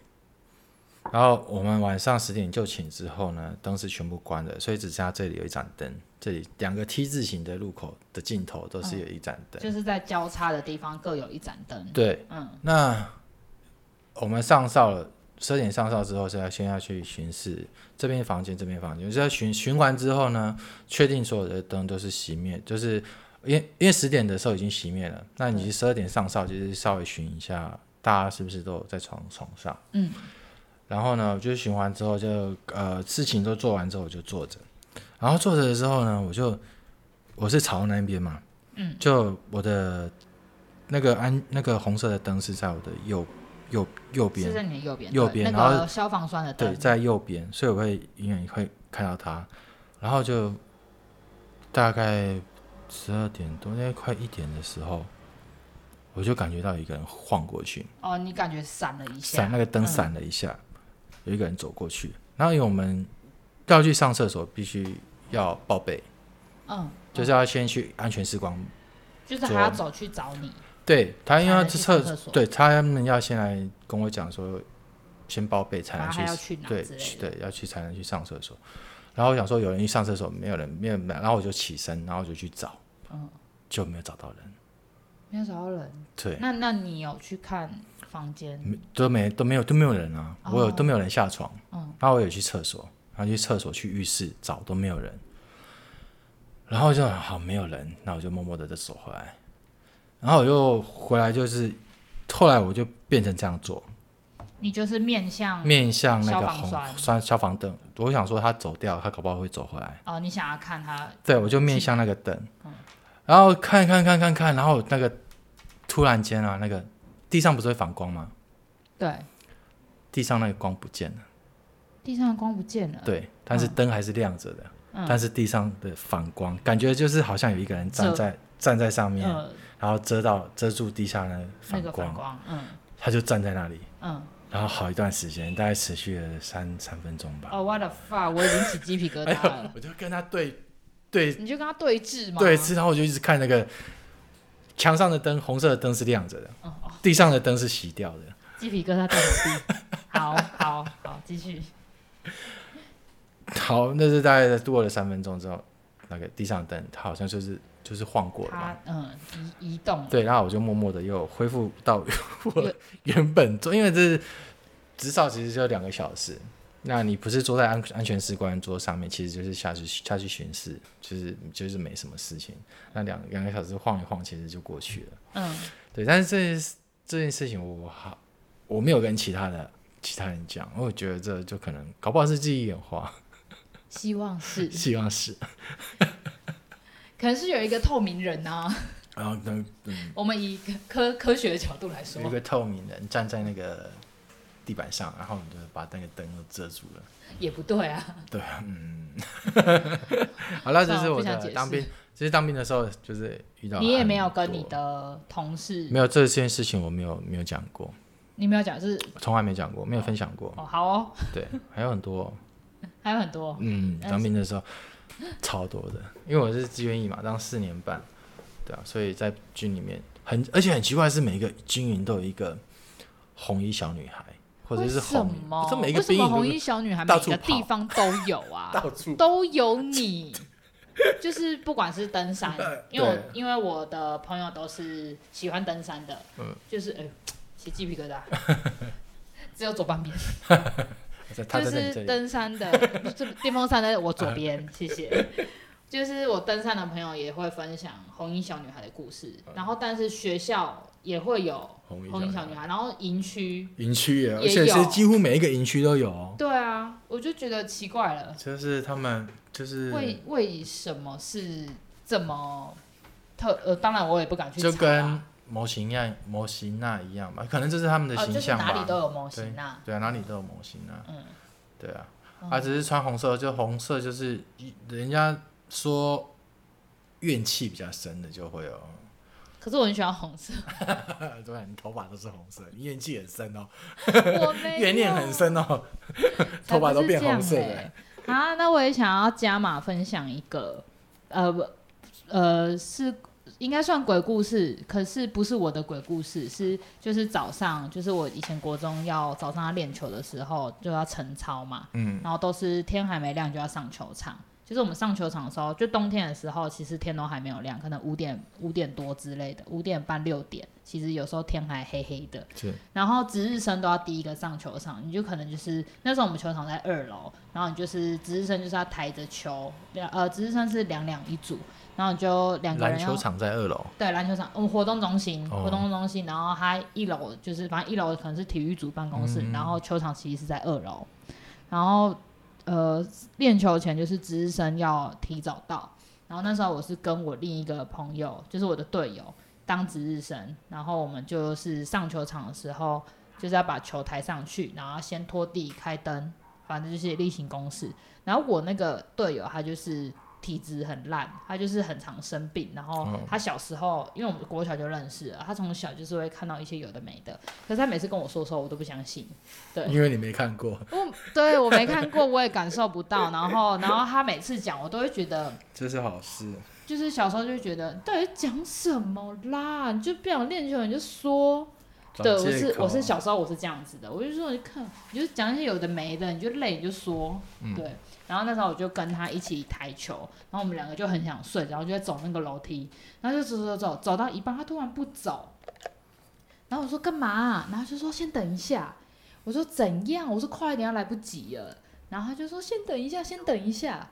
Speaker 2: 然后我们晚上十点就寝之后呢，灯是全部关的，所以只剩下这里有一盏灯，这里两个 T 字形的路口的尽头都
Speaker 1: 嗯
Speaker 2: 是有一盏灯。
Speaker 1: 就是在交叉的地方各有一盏灯，
Speaker 2: 对，
Speaker 1: 嗯
Speaker 2: 那我们上哨了，十二点上哨之后是要先要去巡视这边房间，这边房间，就是要巡巡完之后呢，确定所有的灯都是熄灭，就是因为因为十点的时候已经熄灭了，那你十二点上哨就是稍微巡一下，大家是不是都有在床床上？
Speaker 1: 嗯，
Speaker 2: 然后呢，我就巡完之后就呃事情都做完之后我就坐着，然后坐着的时候呢，我就我是朝那边嘛，
Speaker 1: 嗯，
Speaker 2: 就我的那个安那个红色的灯是在我的右右右
Speaker 1: 是在
Speaker 2: 边，
Speaker 1: 你的右边，
Speaker 2: 右
Speaker 1: 对
Speaker 2: 边
Speaker 1: 那
Speaker 2: 然
Speaker 1: 个
Speaker 2: 后
Speaker 1: 消防栓的
Speaker 2: 对，
Speaker 1: 灯，
Speaker 2: 在右边，所以我会永远会看到它，然后就大概十二点多，应该快一点的时候，我就感觉到有一个人晃过去，
Speaker 1: 哦，你感觉闪了一下，
Speaker 2: 闪那个灯
Speaker 1: 嗯
Speaker 2: 闪了一下，有一个人走过去，然后因为我们要去上厕所，必须要报备，
Speaker 1: 嗯，
Speaker 2: 就是要先去安全时光。
Speaker 1: 就是还要走去找你，
Speaker 2: 对他，因为
Speaker 1: 才
Speaker 2: 要
Speaker 1: 能去
Speaker 2: 厕
Speaker 1: 上厕所
Speaker 2: 对他们要先来跟我讲说，先报备才
Speaker 1: 然
Speaker 2: 能
Speaker 1: 后
Speaker 2: 去
Speaker 1: 还，要去哪
Speaker 2: 对
Speaker 1: 之类的，
Speaker 2: 对，要去才能去上厕所。然后我想说有人去上厕所，没有人，没有人，然后我就起身，然后我就去找，
Speaker 1: 嗯，
Speaker 2: 就没有找到人。
Speaker 1: 没有找到人。
Speaker 2: 对，
Speaker 1: 那那你有去看房间，
Speaker 2: 没都没都没有都没有人啊，我有、
Speaker 1: 哦
Speaker 2: 都没有人下床，
Speaker 1: 嗯
Speaker 2: 然后我有去厕所，然后去厕所去浴室找都没有人，然后就好没有人，那我就默默的就走回来，然后我就回来就是，后来我就变成这样做，
Speaker 1: 你就是面向
Speaker 2: 面向那个
Speaker 1: 嗯消防
Speaker 2: 红
Speaker 1: 栓
Speaker 2: 栓消防灯，我想说他走掉，他搞不好会走回来，
Speaker 1: 哦，你想要看他
Speaker 2: 对我就面向那个灯，
Speaker 1: 嗯
Speaker 2: 然后看看看看看，然后那个突然间啊，那个地上不是会反光吗？
Speaker 1: 对
Speaker 2: 地上那个光不见了，
Speaker 1: 地上的光不见了，，
Speaker 2: 对，但
Speaker 1: 嗯
Speaker 2: 是灯还是亮着的，但是地上的反光，感觉就是好像有一个人站
Speaker 1: 遮
Speaker 2: 在站在上面，
Speaker 1: 呃，
Speaker 2: 然后遮到遮住地下的
Speaker 1: 那
Speaker 2: 反
Speaker 1: 个
Speaker 2: 光，
Speaker 1: 反光，嗯
Speaker 2: 他就站在那里，
Speaker 1: 嗯，
Speaker 2: 然后好一段时间，大概持续了三三分钟吧，
Speaker 1: 哦，what the fuck，我已经起鸡皮疙
Speaker 2: 哎
Speaker 1: 瘩
Speaker 2: 呦
Speaker 1: 了，，
Speaker 2: 我就跟他对对
Speaker 1: 你就跟他对峙嘛，
Speaker 2: 对，然后我就一直看那个墙上的灯，红色的灯是亮着的，
Speaker 1: 嗯哦，
Speaker 2: 地上的灯是熄掉的。
Speaker 1: 鸡皮疙瘩掉满地， 好好好，继续，
Speaker 2: 好，那是大概过了三分钟之后，那个地上的灯它好像就是就是晃过了嘛
Speaker 1: 他。嗯移移动，
Speaker 2: 对，然后我就默默的又恢复到我
Speaker 1: 原
Speaker 2: 原本做，因为这是至少其实就两个小时。那你不是坐在安安全士官桌上面，其实就是下去下去巡视，就是就是没什么事情。那两两个小时晃一晃，其实就过去了。
Speaker 1: 嗯
Speaker 2: 对，但是这件事这件事情我好我没有跟其他的其他人讲，我觉得这就可能搞不好是记忆眼花，
Speaker 1: 希望是，
Speaker 2: 希望是。
Speaker 1: 可能是有一个透明人啊，
Speaker 2: 然后等嗯，
Speaker 1: 我们以科科科学的角度来说
Speaker 2: 有一，个透明人站在那个地板上，然后你就把那个灯都遮住了。
Speaker 1: 也不对啊，
Speaker 2: 对啊，嗯，好了，这是我的当兵，其实当兵的时候就是遇到很多，
Speaker 1: 你也没有跟你的同事，
Speaker 2: 没有这件事情，我没有没有讲过，
Speaker 1: 你没有讲是
Speaker 2: 从来没讲过，没有分享过。
Speaker 1: 哦好哦，
Speaker 2: 对，还有很多，
Speaker 1: 还有很多，
Speaker 2: 嗯，
Speaker 1: 但是
Speaker 2: 当兵的时候超多的，因为我是志愿役嘛，当四年半，对啊，所以在军里面很，而且很奇怪的是每一个军营都有一个红衣小女孩，或者
Speaker 1: 为
Speaker 2: 是
Speaker 1: 什
Speaker 2: 红
Speaker 1: 么
Speaker 2: 衣，？这每一个
Speaker 1: 为什
Speaker 2: 兵
Speaker 1: 么
Speaker 2: 营都
Speaker 1: 红
Speaker 2: 是
Speaker 1: 衣小女孩
Speaker 2: 到
Speaker 1: 每
Speaker 2: 处
Speaker 1: 个地
Speaker 2: 跑
Speaker 1: 方都有 啊？
Speaker 2: 到处
Speaker 1: 都有 你，就是不管是登山，因为我因为我的朋友都是喜欢登山的，
Speaker 2: 嗯
Speaker 1: 就是哎呦起鸡皮疙 瘩，只有左半边，
Speaker 2: 他
Speaker 1: 就
Speaker 2: 在你
Speaker 1: 是
Speaker 2: 这里，
Speaker 1: 登山的，这电风扇在我左 边，谢谢。就是我登山的朋友也会分享红衣小女孩的故事，然后但是学校也会有
Speaker 2: 嗯红衣
Speaker 1: 红衣
Speaker 2: 小
Speaker 1: 小
Speaker 2: 女
Speaker 1: 女孩，然后营区，
Speaker 2: 营区也，而
Speaker 1: 也
Speaker 2: 且是
Speaker 1: 有
Speaker 2: 几乎每一个营区都有哦。
Speaker 1: 对啊，我就觉得奇怪了。
Speaker 2: 就是他们就是
Speaker 1: 为为什么是这么特？呃，当然我也不敢去查
Speaker 2: 就
Speaker 1: 啦
Speaker 2: 跟模型一样，模型那一样吧，可能这是他们的
Speaker 1: 哦，
Speaker 2: 形
Speaker 1: 就是
Speaker 2: 象
Speaker 1: 哪里都
Speaker 2: 吧。
Speaker 1: 有模型啊。
Speaker 2: 对啊，哪里都有模型啊。
Speaker 1: 嗯，
Speaker 2: 对啊，
Speaker 1: 嗯
Speaker 2: 啊，只是穿红色，就红色就是人家说怨气比较深的就会有，
Speaker 1: 可是我很喜欢红 色，
Speaker 2: 对啊，你头发都是红色，你怨气很深哦，
Speaker 1: 我没有
Speaker 2: 怨念很，深哦，头发都变红色
Speaker 1: 才不是这
Speaker 2: 的
Speaker 1: 样。欸啊，那我也想要加码分享一个，呃不呃，是应该算鬼故事，可是不是我的鬼故事，是就是早上，就是我以前国中要早上要练球的时候就要晨操嘛，
Speaker 2: 嗯，
Speaker 1: 然后都是天还没亮就要上球场。就是我们上球场的时候，就冬天的时候，其实天都还没有亮，可能五点五点多之类的，五点半六点，其实有时候天还黑黑的。
Speaker 2: 是
Speaker 1: 然后值日生都要第一个上球场，你就可能就是那时候我们球场在二楼，然后你就是值日生就是要抬着球，两呃值日生是两两一组，然后你就两个
Speaker 2: 篮
Speaker 1: 人啊要
Speaker 2: 球场在二楼，
Speaker 1: 对，篮球场，嗯，活动中心，
Speaker 2: 哦
Speaker 1: 活动中心，然后它一楼就是，反正一楼可能是体育组办公室，
Speaker 2: 嗯
Speaker 1: 然后球场其实是在二楼，然后呃，练球前就是值日生要提早到，然后那时候我是跟我另一个朋友，就是我的队友当值日生，然后我们就是上球场的时候，就是要把球抬上去，然后先拖地、开灯，反正就是例行公事。然后我那个队友他就是体质很烂，他就是很常生病。然后
Speaker 2: 哦
Speaker 1: 他小时候，因为我们国小就认识了，他从小就是会看到一些有的没的。可是他每次跟我说的时候，我都不相信。对
Speaker 2: 因为你没看过，
Speaker 1: 我对我没看过，我也感受不到。然后，然后他每次讲，我都会觉得。
Speaker 2: 这是好事。
Speaker 1: 就是小时候就会觉得，到底在讲什么啦？你就不想练球，你就说。对，
Speaker 2: 找
Speaker 1: 我
Speaker 2: 借
Speaker 1: 是
Speaker 2: 口啊
Speaker 1: 我是小时候我是这样子的，我就说你看，你就讲一些有的没的，你就累你就说，
Speaker 2: 嗯
Speaker 1: 对。然后那时候我就跟他一起抬球，然后我们两个就很想睡，然后就在走那个楼梯，然后就走走走走到一半，他突然不走，然然后我说干嘛、啊然后就说先等一下。我说怎样？我说快一点，要来不及了。然后他就说先等一下，先等一下。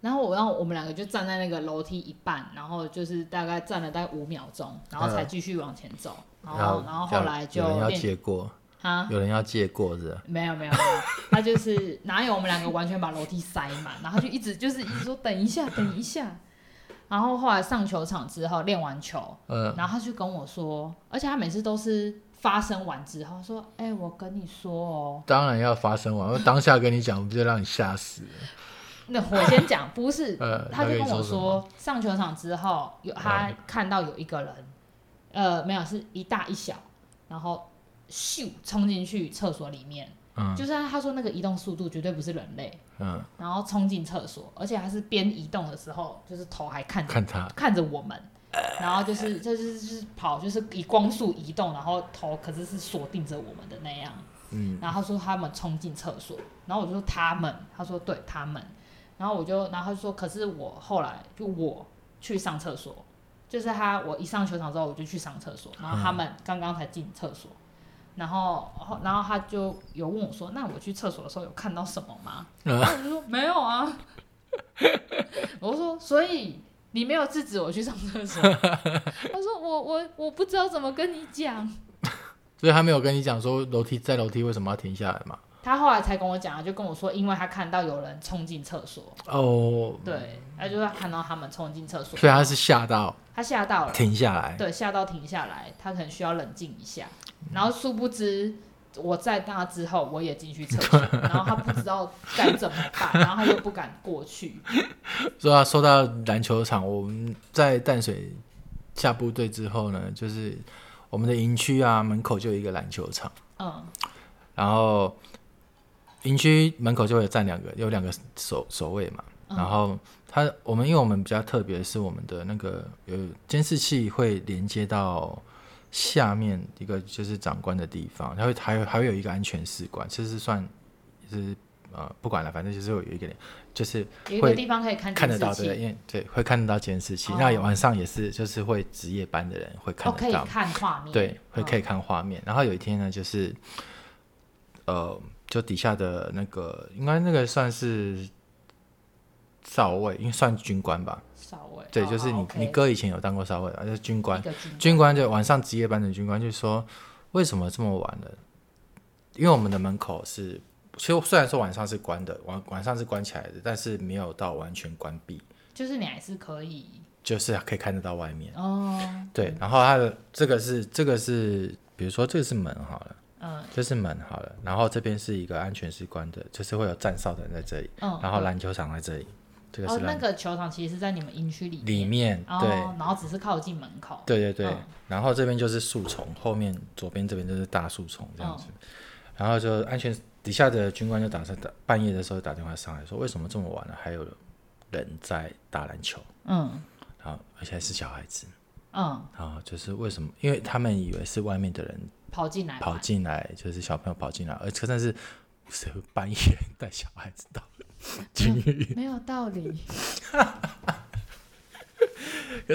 Speaker 1: 然后我，然后我们两个就站在那个楼梯一半，然后就是大概站了大概五秒钟，然后才
Speaker 2: 嗯
Speaker 1: 继续往前走。然后，哦然后后来就
Speaker 2: 有人要
Speaker 1: 练
Speaker 2: 借过，
Speaker 1: 啊，
Speaker 2: 有人要借过是吧？
Speaker 1: 没有没有，没有，他就是哪有我们两个完全把楼梯塞满，然后就一直就是一直说等一下等一下，然后后来上球场之后练完球，
Speaker 2: 嗯，
Speaker 1: 然后他就跟我说，而且他每次都是发生完之后说，哎、我跟你说哦，
Speaker 2: 当然要发生完，我当下跟你讲，不就让你吓死了？
Speaker 1: 那我先讲，不是，
Speaker 2: 呃
Speaker 1: 他就跟我
Speaker 2: 他跟你说什么
Speaker 1: 说，上球场之后有他看到有一个人，呃，没有是一大一小，然后咻冲进去厕所里面，
Speaker 2: 嗯
Speaker 1: 就是他说那个移动速度绝对不是人类。
Speaker 2: 嗯，
Speaker 1: 然后冲进厕所，而且还是边移动的时候，就是头还看着
Speaker 2: 看他，
Speaker 1: 看着我们，然后就是就是就是跑，就是以光速移动，然后头可是是锁定着我们的那样。
Speaker 2: 嗯，
Speaker 1: 然后他说他们冲进厕所，然后我就说他们，他说对他们，然后我就然后他就说可是我后来就我去上厕所，就是他我一上球场之后我就去上厕所，然后他们刚刚才进厕所，然后后然后他就有问我说那我去厕所的时候有看到什么吗？
Speaker 2: 嗯
Speaker 1: 然后我就说没有啊，我就说所以。你没有制止我去上厕 所，他说我我我不知道怎么跟你讲，
Speaker 2: 所以他没有跟你讲说楼梯在楼梯为什么要停下来嘛？
Speaker 1: 他后来才跟我讲，啊就跟我说，因为他看到有人冲进厕所，
Speaker 2: 哦，
Speaker 1: 对，他就是看到他们冲进厕所，
Speaker 2: 所以他是吓到
Speaker 1: 他吓到了，
Speaker 2: 停下来，
Speaker 1: 对，吓到停下来，他可能需要冷静一下。
Speaker 2: 嗯
Speaker 1: 然后殊不知，我在那之后我也进去厕 所，然后他不知道该怎么办，然后他又不敢过去，
Speaker 2: 说到说到篮球场，我们在淡水下部队之后呢，就是我们的营区啊门口就有一个篮球场，
Speaker 1: 嗯
Speaker 2: 然后营区门口就有站两个，有两个守守卫嘛。
Speaker 1: 嗯
Speaker 2: 然后他我们因为我们比较特别，是我们的那个有监视器会连接到下面一个就是长官的地方，它会还有还会有一个安全士官，其实算就是呃不管了，反正就是有一个人就是
Speaker 1: 有一个
Speaker 2: 会
Speaker 1: 地方可以看
Speaker 2: 看得
Speaker 1: 监
Speaker 2: 到
Speaker 1: 视器
Speaker 2: 对，因为对会看得到监视器。
Speaker 1: 哦
Speaker 2: 那有晚上也是，就是会值夜班的人会
Speaker 1: 哦，
Speaker 2: 看
Speaker 1: 可
Speaker 2: 得
Speaker 1: 以
Speaker 2: 到，
Speaker 1: 看画面，
Speaker 2: 对，会
Speaker 1: 嗯
Speaker 2: 可以看画面。然后有一天呢，就是呃，就底下的那个应该那个算是少尉，因为算军官吧，
Speaker 1: 稍微，
Speaker 2: 对，
Speaker 1: 哦
Speaker 2: 就是你、
Speaker 1: 哦，OK
Speaker 2: 你哥以前有当过少尉吧，就是军官
Speaker 1: 一，个军
Speaker 2: 军官就晚上值夜班的军官就说：“为什么这么晚了？因为我们的门口是，其实虽然说晚上是关的，晚晚上是关起来的，但是没有到完全关闭，
Speaker 1: 就是你还是可以
Speaker 2: 就是可以看得到外面。
Speaker 1: 哦，
Speaker 2: 对，然后它的这个是这个是，比如说这个是门好了，
Speaker 1: 嗯
Speaker 2: 这是门好了，然后这边是一个安全士官的，就是会有站哨的人在这里，
Speaker 1: 嗯，
Speaker 2: 然后篮球场在这里，这个
Speaker 1: 哦
Speaker 2: 是，
Speaker 1: 那
Speaker 2: 篮、
Speaker 1: 个球场其实是在你们营区里
Speaker 2: 里面，
Speaker 1: 哦
Speaker 2: 对，，
Speaker 1: 然后只是靠近门口。
Speaker 2: 对对对，
Speaker 1: 嗯
Speaker 2: 然后这边就是树丛，后面左边这边就是大树丛这样
Speaker 1: 哦
Speaker 2: 子，然后就安全底下的军官就打算打半夜的时候打电话上来说，为什么这么晚了还有人在打篮球，
Speaker 1: 嗯
Speaker 2: 然后而且还是小孩子，
Speaker 1: 嗯，
Speaker 2: 然后啊就是为什么？因为他们以为是外面的人
Speaker 1: 跑进来吧，
Speaker 2: 跑进来，就是小朋友跑进来，而且但是谁会半夜带小孩子到监狱？
Speaker 1: 没有道理。
Speaker 2: 可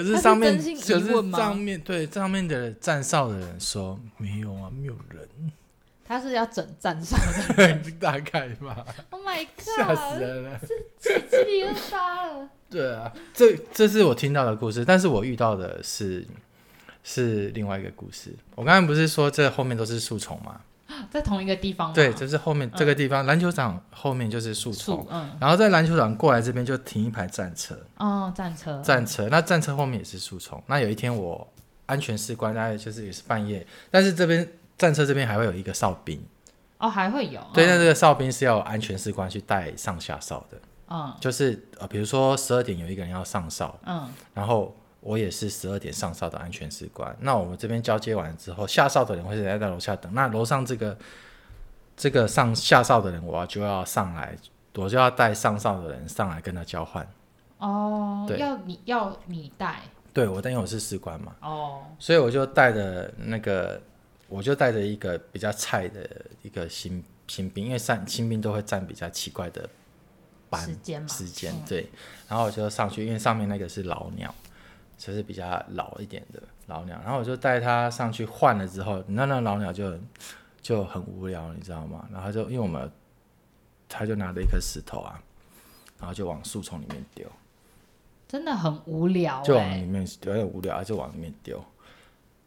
Speaker 1: 他
Speaker 2: 是
Speaker 1: 是
Speaker 2: 上面
Speaker 1: 真心疑
Speaker 2: 可
Speaker 1: 问
Speaker 2: 是
Speaker 1: 吗
Speaker 2: 上面对上面的站哨的人说没有啊，没有人。
Speaker 1: 他是要整站上的。
Speaker 2: 大概吧，
Speaker 1: Oh my
Speaker 2: 吓死
Speaker 1: god！
Speaker 2: 人了。
Speaker 1: 起鸡皮疙瘩了。
Speaker 2: 对啊，这这是我听到的故事，但是我遇到的是是另外一个故事。我刚才不是说这后面都是树丛吗？
Speaker 1: 在同一个地方吗。
Speaker 2: 对，就是后
Speaker 1: 嗯
Speaker 2: 面这个地方、篮球场后面就是树丛
Speaker 1: 处，，嗯
Speaker 2: 然后在篮球场过来这边就停一排战车，
Speaker 1: 哦，战车。
Speaker 2: 战车那战车后面也是树丛。那有一天我安全士官，大概就是也是半夜，但是这边战车这边还会有一个哨兵，
Speaker 1: 哦，还会有。
Speaker 2: 对，那
Speaker 1: 嗯
Speaker 2: 这个哨兵是要有安全士官去带上下哨的。
Speaker 1: 嗯
Speaker 2: 就是呃，比如说十二点有一个人要上哨，
Speaker 1: 嗯
Speaker 2: 然后我也是十二点上哨的安全士官。那我们这边交接完之后，下哨的人会在在楼下等。那楼上这个这个上下哨的人，我就要上来，我就要带上哨的人上来跟他交换。
Speaker 1: 哦，
Speaker 2: 对
Speaker 1: 要你要你带
Speaker 2: 对我，但因为我是士官嘛，
Speaker 1: 哦，
Speaker 2: 所以我就带着那个，我就带着一个比较菜的一个新新兵，因为上新兵都会站比较奇怪的班
Speaker 1: 时间嘛，
Speaker 2: 时间
Speaker 1: 嗯
Speaker 2: 对，然后我就上去，因为上面那个是老鸟，就是比较老一点的，老鸟，然后我就带他上去换了之后，那那老鸟就很就很无聊，你知道吗？然后就因为我们他就拿着一颗石头啊，然后就往树丛里面丢，
Speaker 1: 真的很无聊
Speaker 2: 就往里
Speaker 1: 哎、
Speaker 2: 面有点无聊，啊就往里面丢，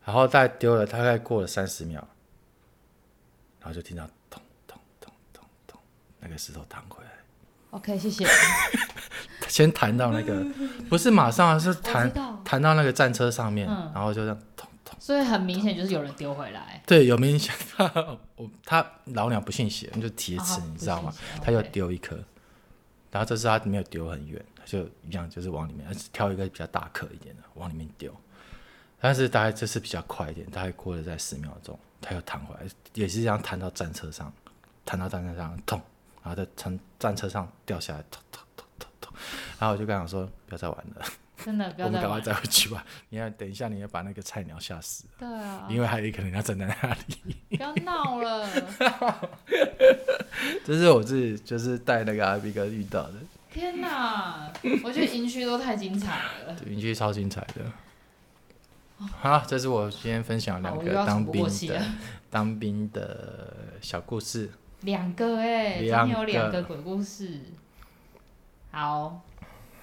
Speaker 2: 然后大概丢了大概过了三十秒，然后就听到咚咚咚咚咚，那个石头弹回来，
Speaker 1: OK，谢谢。
Speaker 2: 先弹到 那个不是马上啊是弹
Speaker 1: 我知道
Speaker 2: 弹到那个战车上面，
Speaker 1: 嗯
Speaker 2: 然后就这样咚咚。
Speaker 1: 所以很明显就是有人丢回来，
Speaker 2: 对，有明显 我他老鸟不信邪，就铁齿，
Speaker 1: 啊
Speaker 2: 你知道吗
Speaker 1: 不信邪？
Speaker 2: 他就
Speaker 1: OK
Speaker 2: 丢一颗，然后这次他没有丢很远，他就一样就是往里面，而且挑一个比较大颗一点的往里面丢。但是大概这次比较快一点，大概过了在十秒钟，他又弹回来，也是这样弹到战车上，弹到战车上，痛，然后在从战车上掉下来，痛痛痛痛痛。然后我就跟他讲说，不要再玩了，
Speaker 1: 真的不
Speaker 2: 我
Speaker 1: 要
Speaker 2: 们
Speaker 1: 再
Speaker 2: 赶快
Speaker 1: 玩。
Speaker 2: 再回去吧。你要等一下，你要把那个菜鸟吓死，
Speaker 1: 对啊，
Speaker 2: 因为还有一个人要站在那里。
Speaker 1: 不要闹了。
Speaker 2: 这是我自己就是带那个阿 B 哥遇到的，
Speaker 1: 天哪，我觉得营区都太精彩了。
Speaker 2: 邻居超精彩的。好，这是我今天分享
Speaker 1: 哦好
Speaker 2: 两
Speaker 1: 我又
Speaker 2: 个
Speaker 1: 要
Speaker 2: 当
Speaker 1: 喘不
Speaker 2: 兵
Speaker 1: 过气了
Speaker 2: 的。当兵的小故事。
Speaker 1: 两个哎、今
Speaker 2: 两
Speaker 1: 天
Speaker 2: 个
Speaker 1: 有两个鬼故事。好，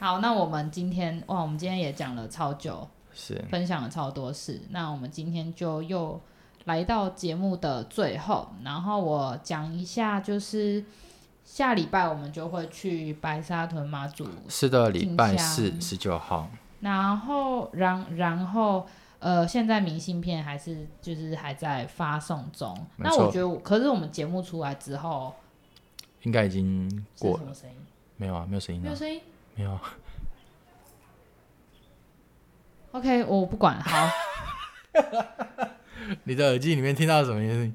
Speaker 1: 好，那我们今天哇，我们今天也讲了超久，
Speaker 2: 是
Speaker 1: 分享了超多事。那我们今天就又来到节目的最后，然后我讲一下，就是下礼拜我们就会去白沙屯妈祖
Speaker 4: 是的，礼拜
Speaker 1: 静
Speaker 4: 四
Speaker 1: 香
Speaker 4: 十九号，
Speaker 1: 然后，然然后，呃，现在明信片还是就是还在发送中。
Speaker 4: 没
Speaker 1: 那
Speaker 4: 错
Speaker 1: 我觉得我，可是我们节目出来之后
Speaker 4: 应该已经
Speaker 1: 是
Speaker 4: 过
Speaker 1: 什
Speaker 4: 了，
Speaker 1: 么声音？
Speaker 4: 没有啊，没有声音
Speaker 1: 没有
Speaker 4: 啊，
Speaker 1: 声音。
Speaker 4: 没有啊。
Speaker 1: OK，我不管。好，
Speaker 4: 你的耳机里面听到什么声音？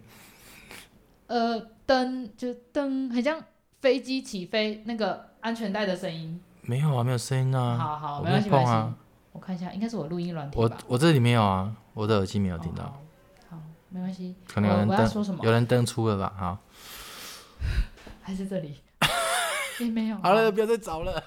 Speaker 1: 呃，噔就噔，很像飞机起飞那个安全带的声音。
Speaker 4: 没有啊，没有声音啊。
Speaker 1: 好好，
Speaker 4: 我
Speaker 1: 没关系，
Speaker 4: 没
Speaker 1: 没
Speaker 4: 有
Speaker 1: 关
Speaker 4: 碰啊
Speaker 1: 系。我看一下，应该是我录音软体
Speaker 4: 我
Speaker 1: 吧？
Speaker 4: 我这里没有啊，我的耳机没有
Speaker 1: 我
Speaker 4: 听到，。
Speaker 1: 好，好没关系。
Speaker 4: 可能有
Speaker 1: 我
Speaker 4: 人
Speaker 1: 哦我要说什
Speaker 4: 登
Speaker 1: 么
Speaker 4: 有？人登出了吧？好，
Speaker 1: 还是这里？ 也没有。
Speaker 4: 好了，不要再找了。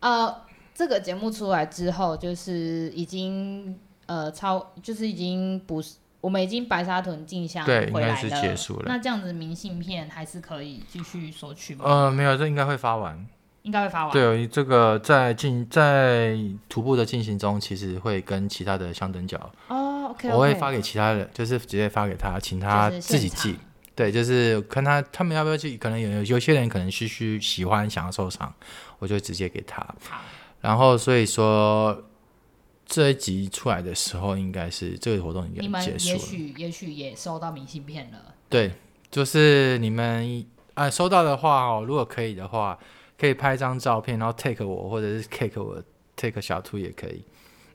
Speaker 1: 呃，这个节目出来之后，就是已经呃超，就是已经不是我们已经白沙屯进香
Speaker 4: 对
Speaker 1: 回来了，
Speaker 4: 应该是结束了
Speaker 1: 那这样子明信片还是可以继续索取吗？
Speaker 4: 呃，没有，这应该会发完。
Speaker 1: 应该会发完。
Speaker 4: 对，哦这个在进在徒步的进行中，其实会跟其他的相等角，
Speaker 1: 哦，OK，
Speaker 4: 我会发给其他人，就是直接发给他，请他自己寄。对，就是看他他们要不要去，可能有有些人可能是去喜欢想要收藏，我就直接给他。
Speaker 1: 好，
Speaker 4: 然后所以说这一集出来的时候，应该是这个活动
Speaker 1: 你
Speaker 4: 应
Speaker 1: 们
Speaker 4: 该结束
Speaker 1: 也
Speaker 4: 了。
Speaker 1: 许也许也收到明信片了。
Speaker 4: 对，就是你们啊、收到的话哦，如果可以的话，可以拍一张照片，然后 take 我，或者是 take 我 take 小兔也可以，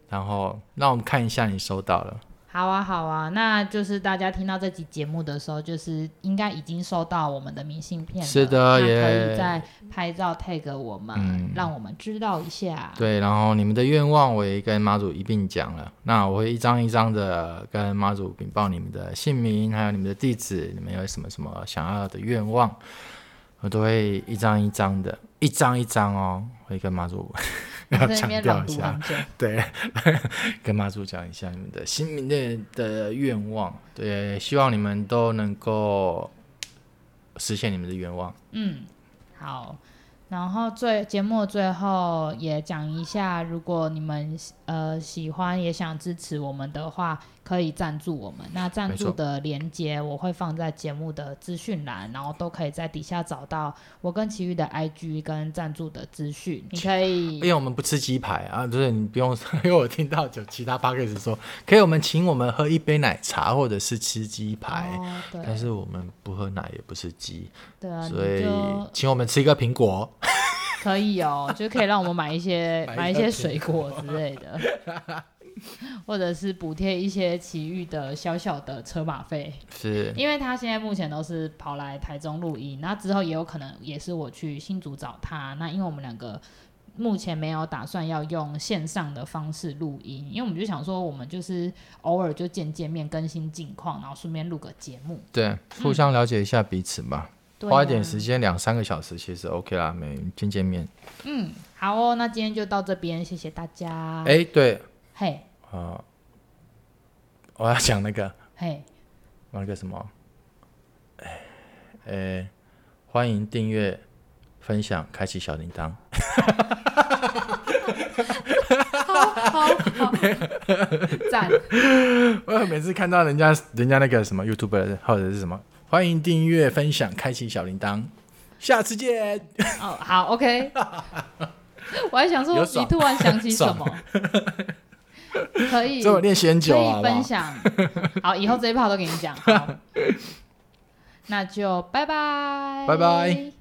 Speaker 4: 然后让我们看一下你收到了。
Speaker 1: 好啊，好啊，那就是大家听到这集节目的时候，就是应该已经收到我们的明信片了，
Speaker 4: 是的
Speaker 1: 那可以
Speaker 4: 耶
Speaker 1: 再拍照 tag 我们，
Speaker 4: 嗯
Speaker 1: 让我们知道一下。
Speaker 4: 对，然后你们的愿望我也跟妈祖一并讲了，那我会一张一张的跟妈祖禀报你们的姓名，还有你们的地址，你们有什么什么想要的愿望，我都会一张一张的，一张一张哦，会跟妈祖
Speaker 1: 我
Speaker 4: 要
Speaker 1: 在那
Speaker 4: 强
Speaker 1: 边
Speaker 4: 调
Speaker 1: 朗
Speaker 4: 一
Speaker 1: 读
Speaker 4: 下
Speaker 1: 很，久。
Speaker 4: 对，跟妈祖讲一下你们的心里面的愿望，对，希望你们都能够实现你们的愿望。
Speaker 1: 嗯，好。然后最节目最后也讲一下，如果你们呃喜欢也想支持我们的话，可以赞助我们。那赞
Speaker 4: 没
Speaker 1: 助
Speaker 4: 错
Speaker 1: 的连接我会放在节目的资讯栏，然后都可以在底下找到我跟奇遇的 IG 跟赞助的资讯。你可以
Speaker 4: 因为我们不吃鸡排啊，不是你不用， 因为我听到有其他 p a c k a g e 说，可以我们请我们喝一杯奶茶或者是吃鸡排，
Speaker 1: 哦，
Speaker 4: 但
Speaker 1: 对
Speaker 4: 哎是我们不喝奶也不吃鸡，
Speaker 1: 对啊，
Speaker 4: 所
Speaker 1: 你
Speaker 4: 以
Speaker 1: 就
Speaker 4: 请我们吃一个苹果。
Speaker 1: 可以哦，就可以让我们买一些 买
Speaker 4: 买
Speaker 1: 一
Speaker 4: 一
Speaker 1: 些
Speaker 4: 些
Speaker 1: 水果之类的， 或者是补贴一些奇遇的小小的车马费。
Speaker 4: 是，
Speaker 1: 因为他现在目前都是跑来台中录音，那之后也有可能也是我去新竹找他。那因为我们两个目前没有打算要用线上的方式录音，因为我们就想说，我们就是偶尔就见见面，更新近况，然后顺便录个节目。
Speaker 4: 对，互相了解一下彼此吧，
Speaker 1: 嗯对
Speaker 4: 花一
Speaker 1: 啊
Speaker 4: 点时间两三个小时其实 OK 啦，每见见面。
Speaker 1: 嗯，好哦，那今天就到这边，谢谢大家。
Speaker 4: 哎、对，
Speaker 1: 嘿，
Speaker 2: 呃，我要讲那个
Speaker 1: 嘿，
Speaker 2: 那个什么，哎，呃，欢迎订阅、分享、开启小铃铛。
Speaker 1: 好好，赞，
Speaker 2: 我每次看到人家人家那个什么 YouTuber 或者是什么，欢迎订阅、分享、开启小铃铛，下次见。
Speaker 1: 哦，好，OK。我还想说，
Speaker 2: 有
Speaker 1: 你
Speaker 2: 爽
Speaker 1: 突然想起什么？可以，
Speaker 2: 这我练习很久
Speaker 1: 可
Speaker 2: 啊，好
Speaker 1: 以
Speaker 2: 不好
Speaker 1: 分享。好，以后这一趴都给你讲。好那就拜拜，
Speaker 2: 拜拜。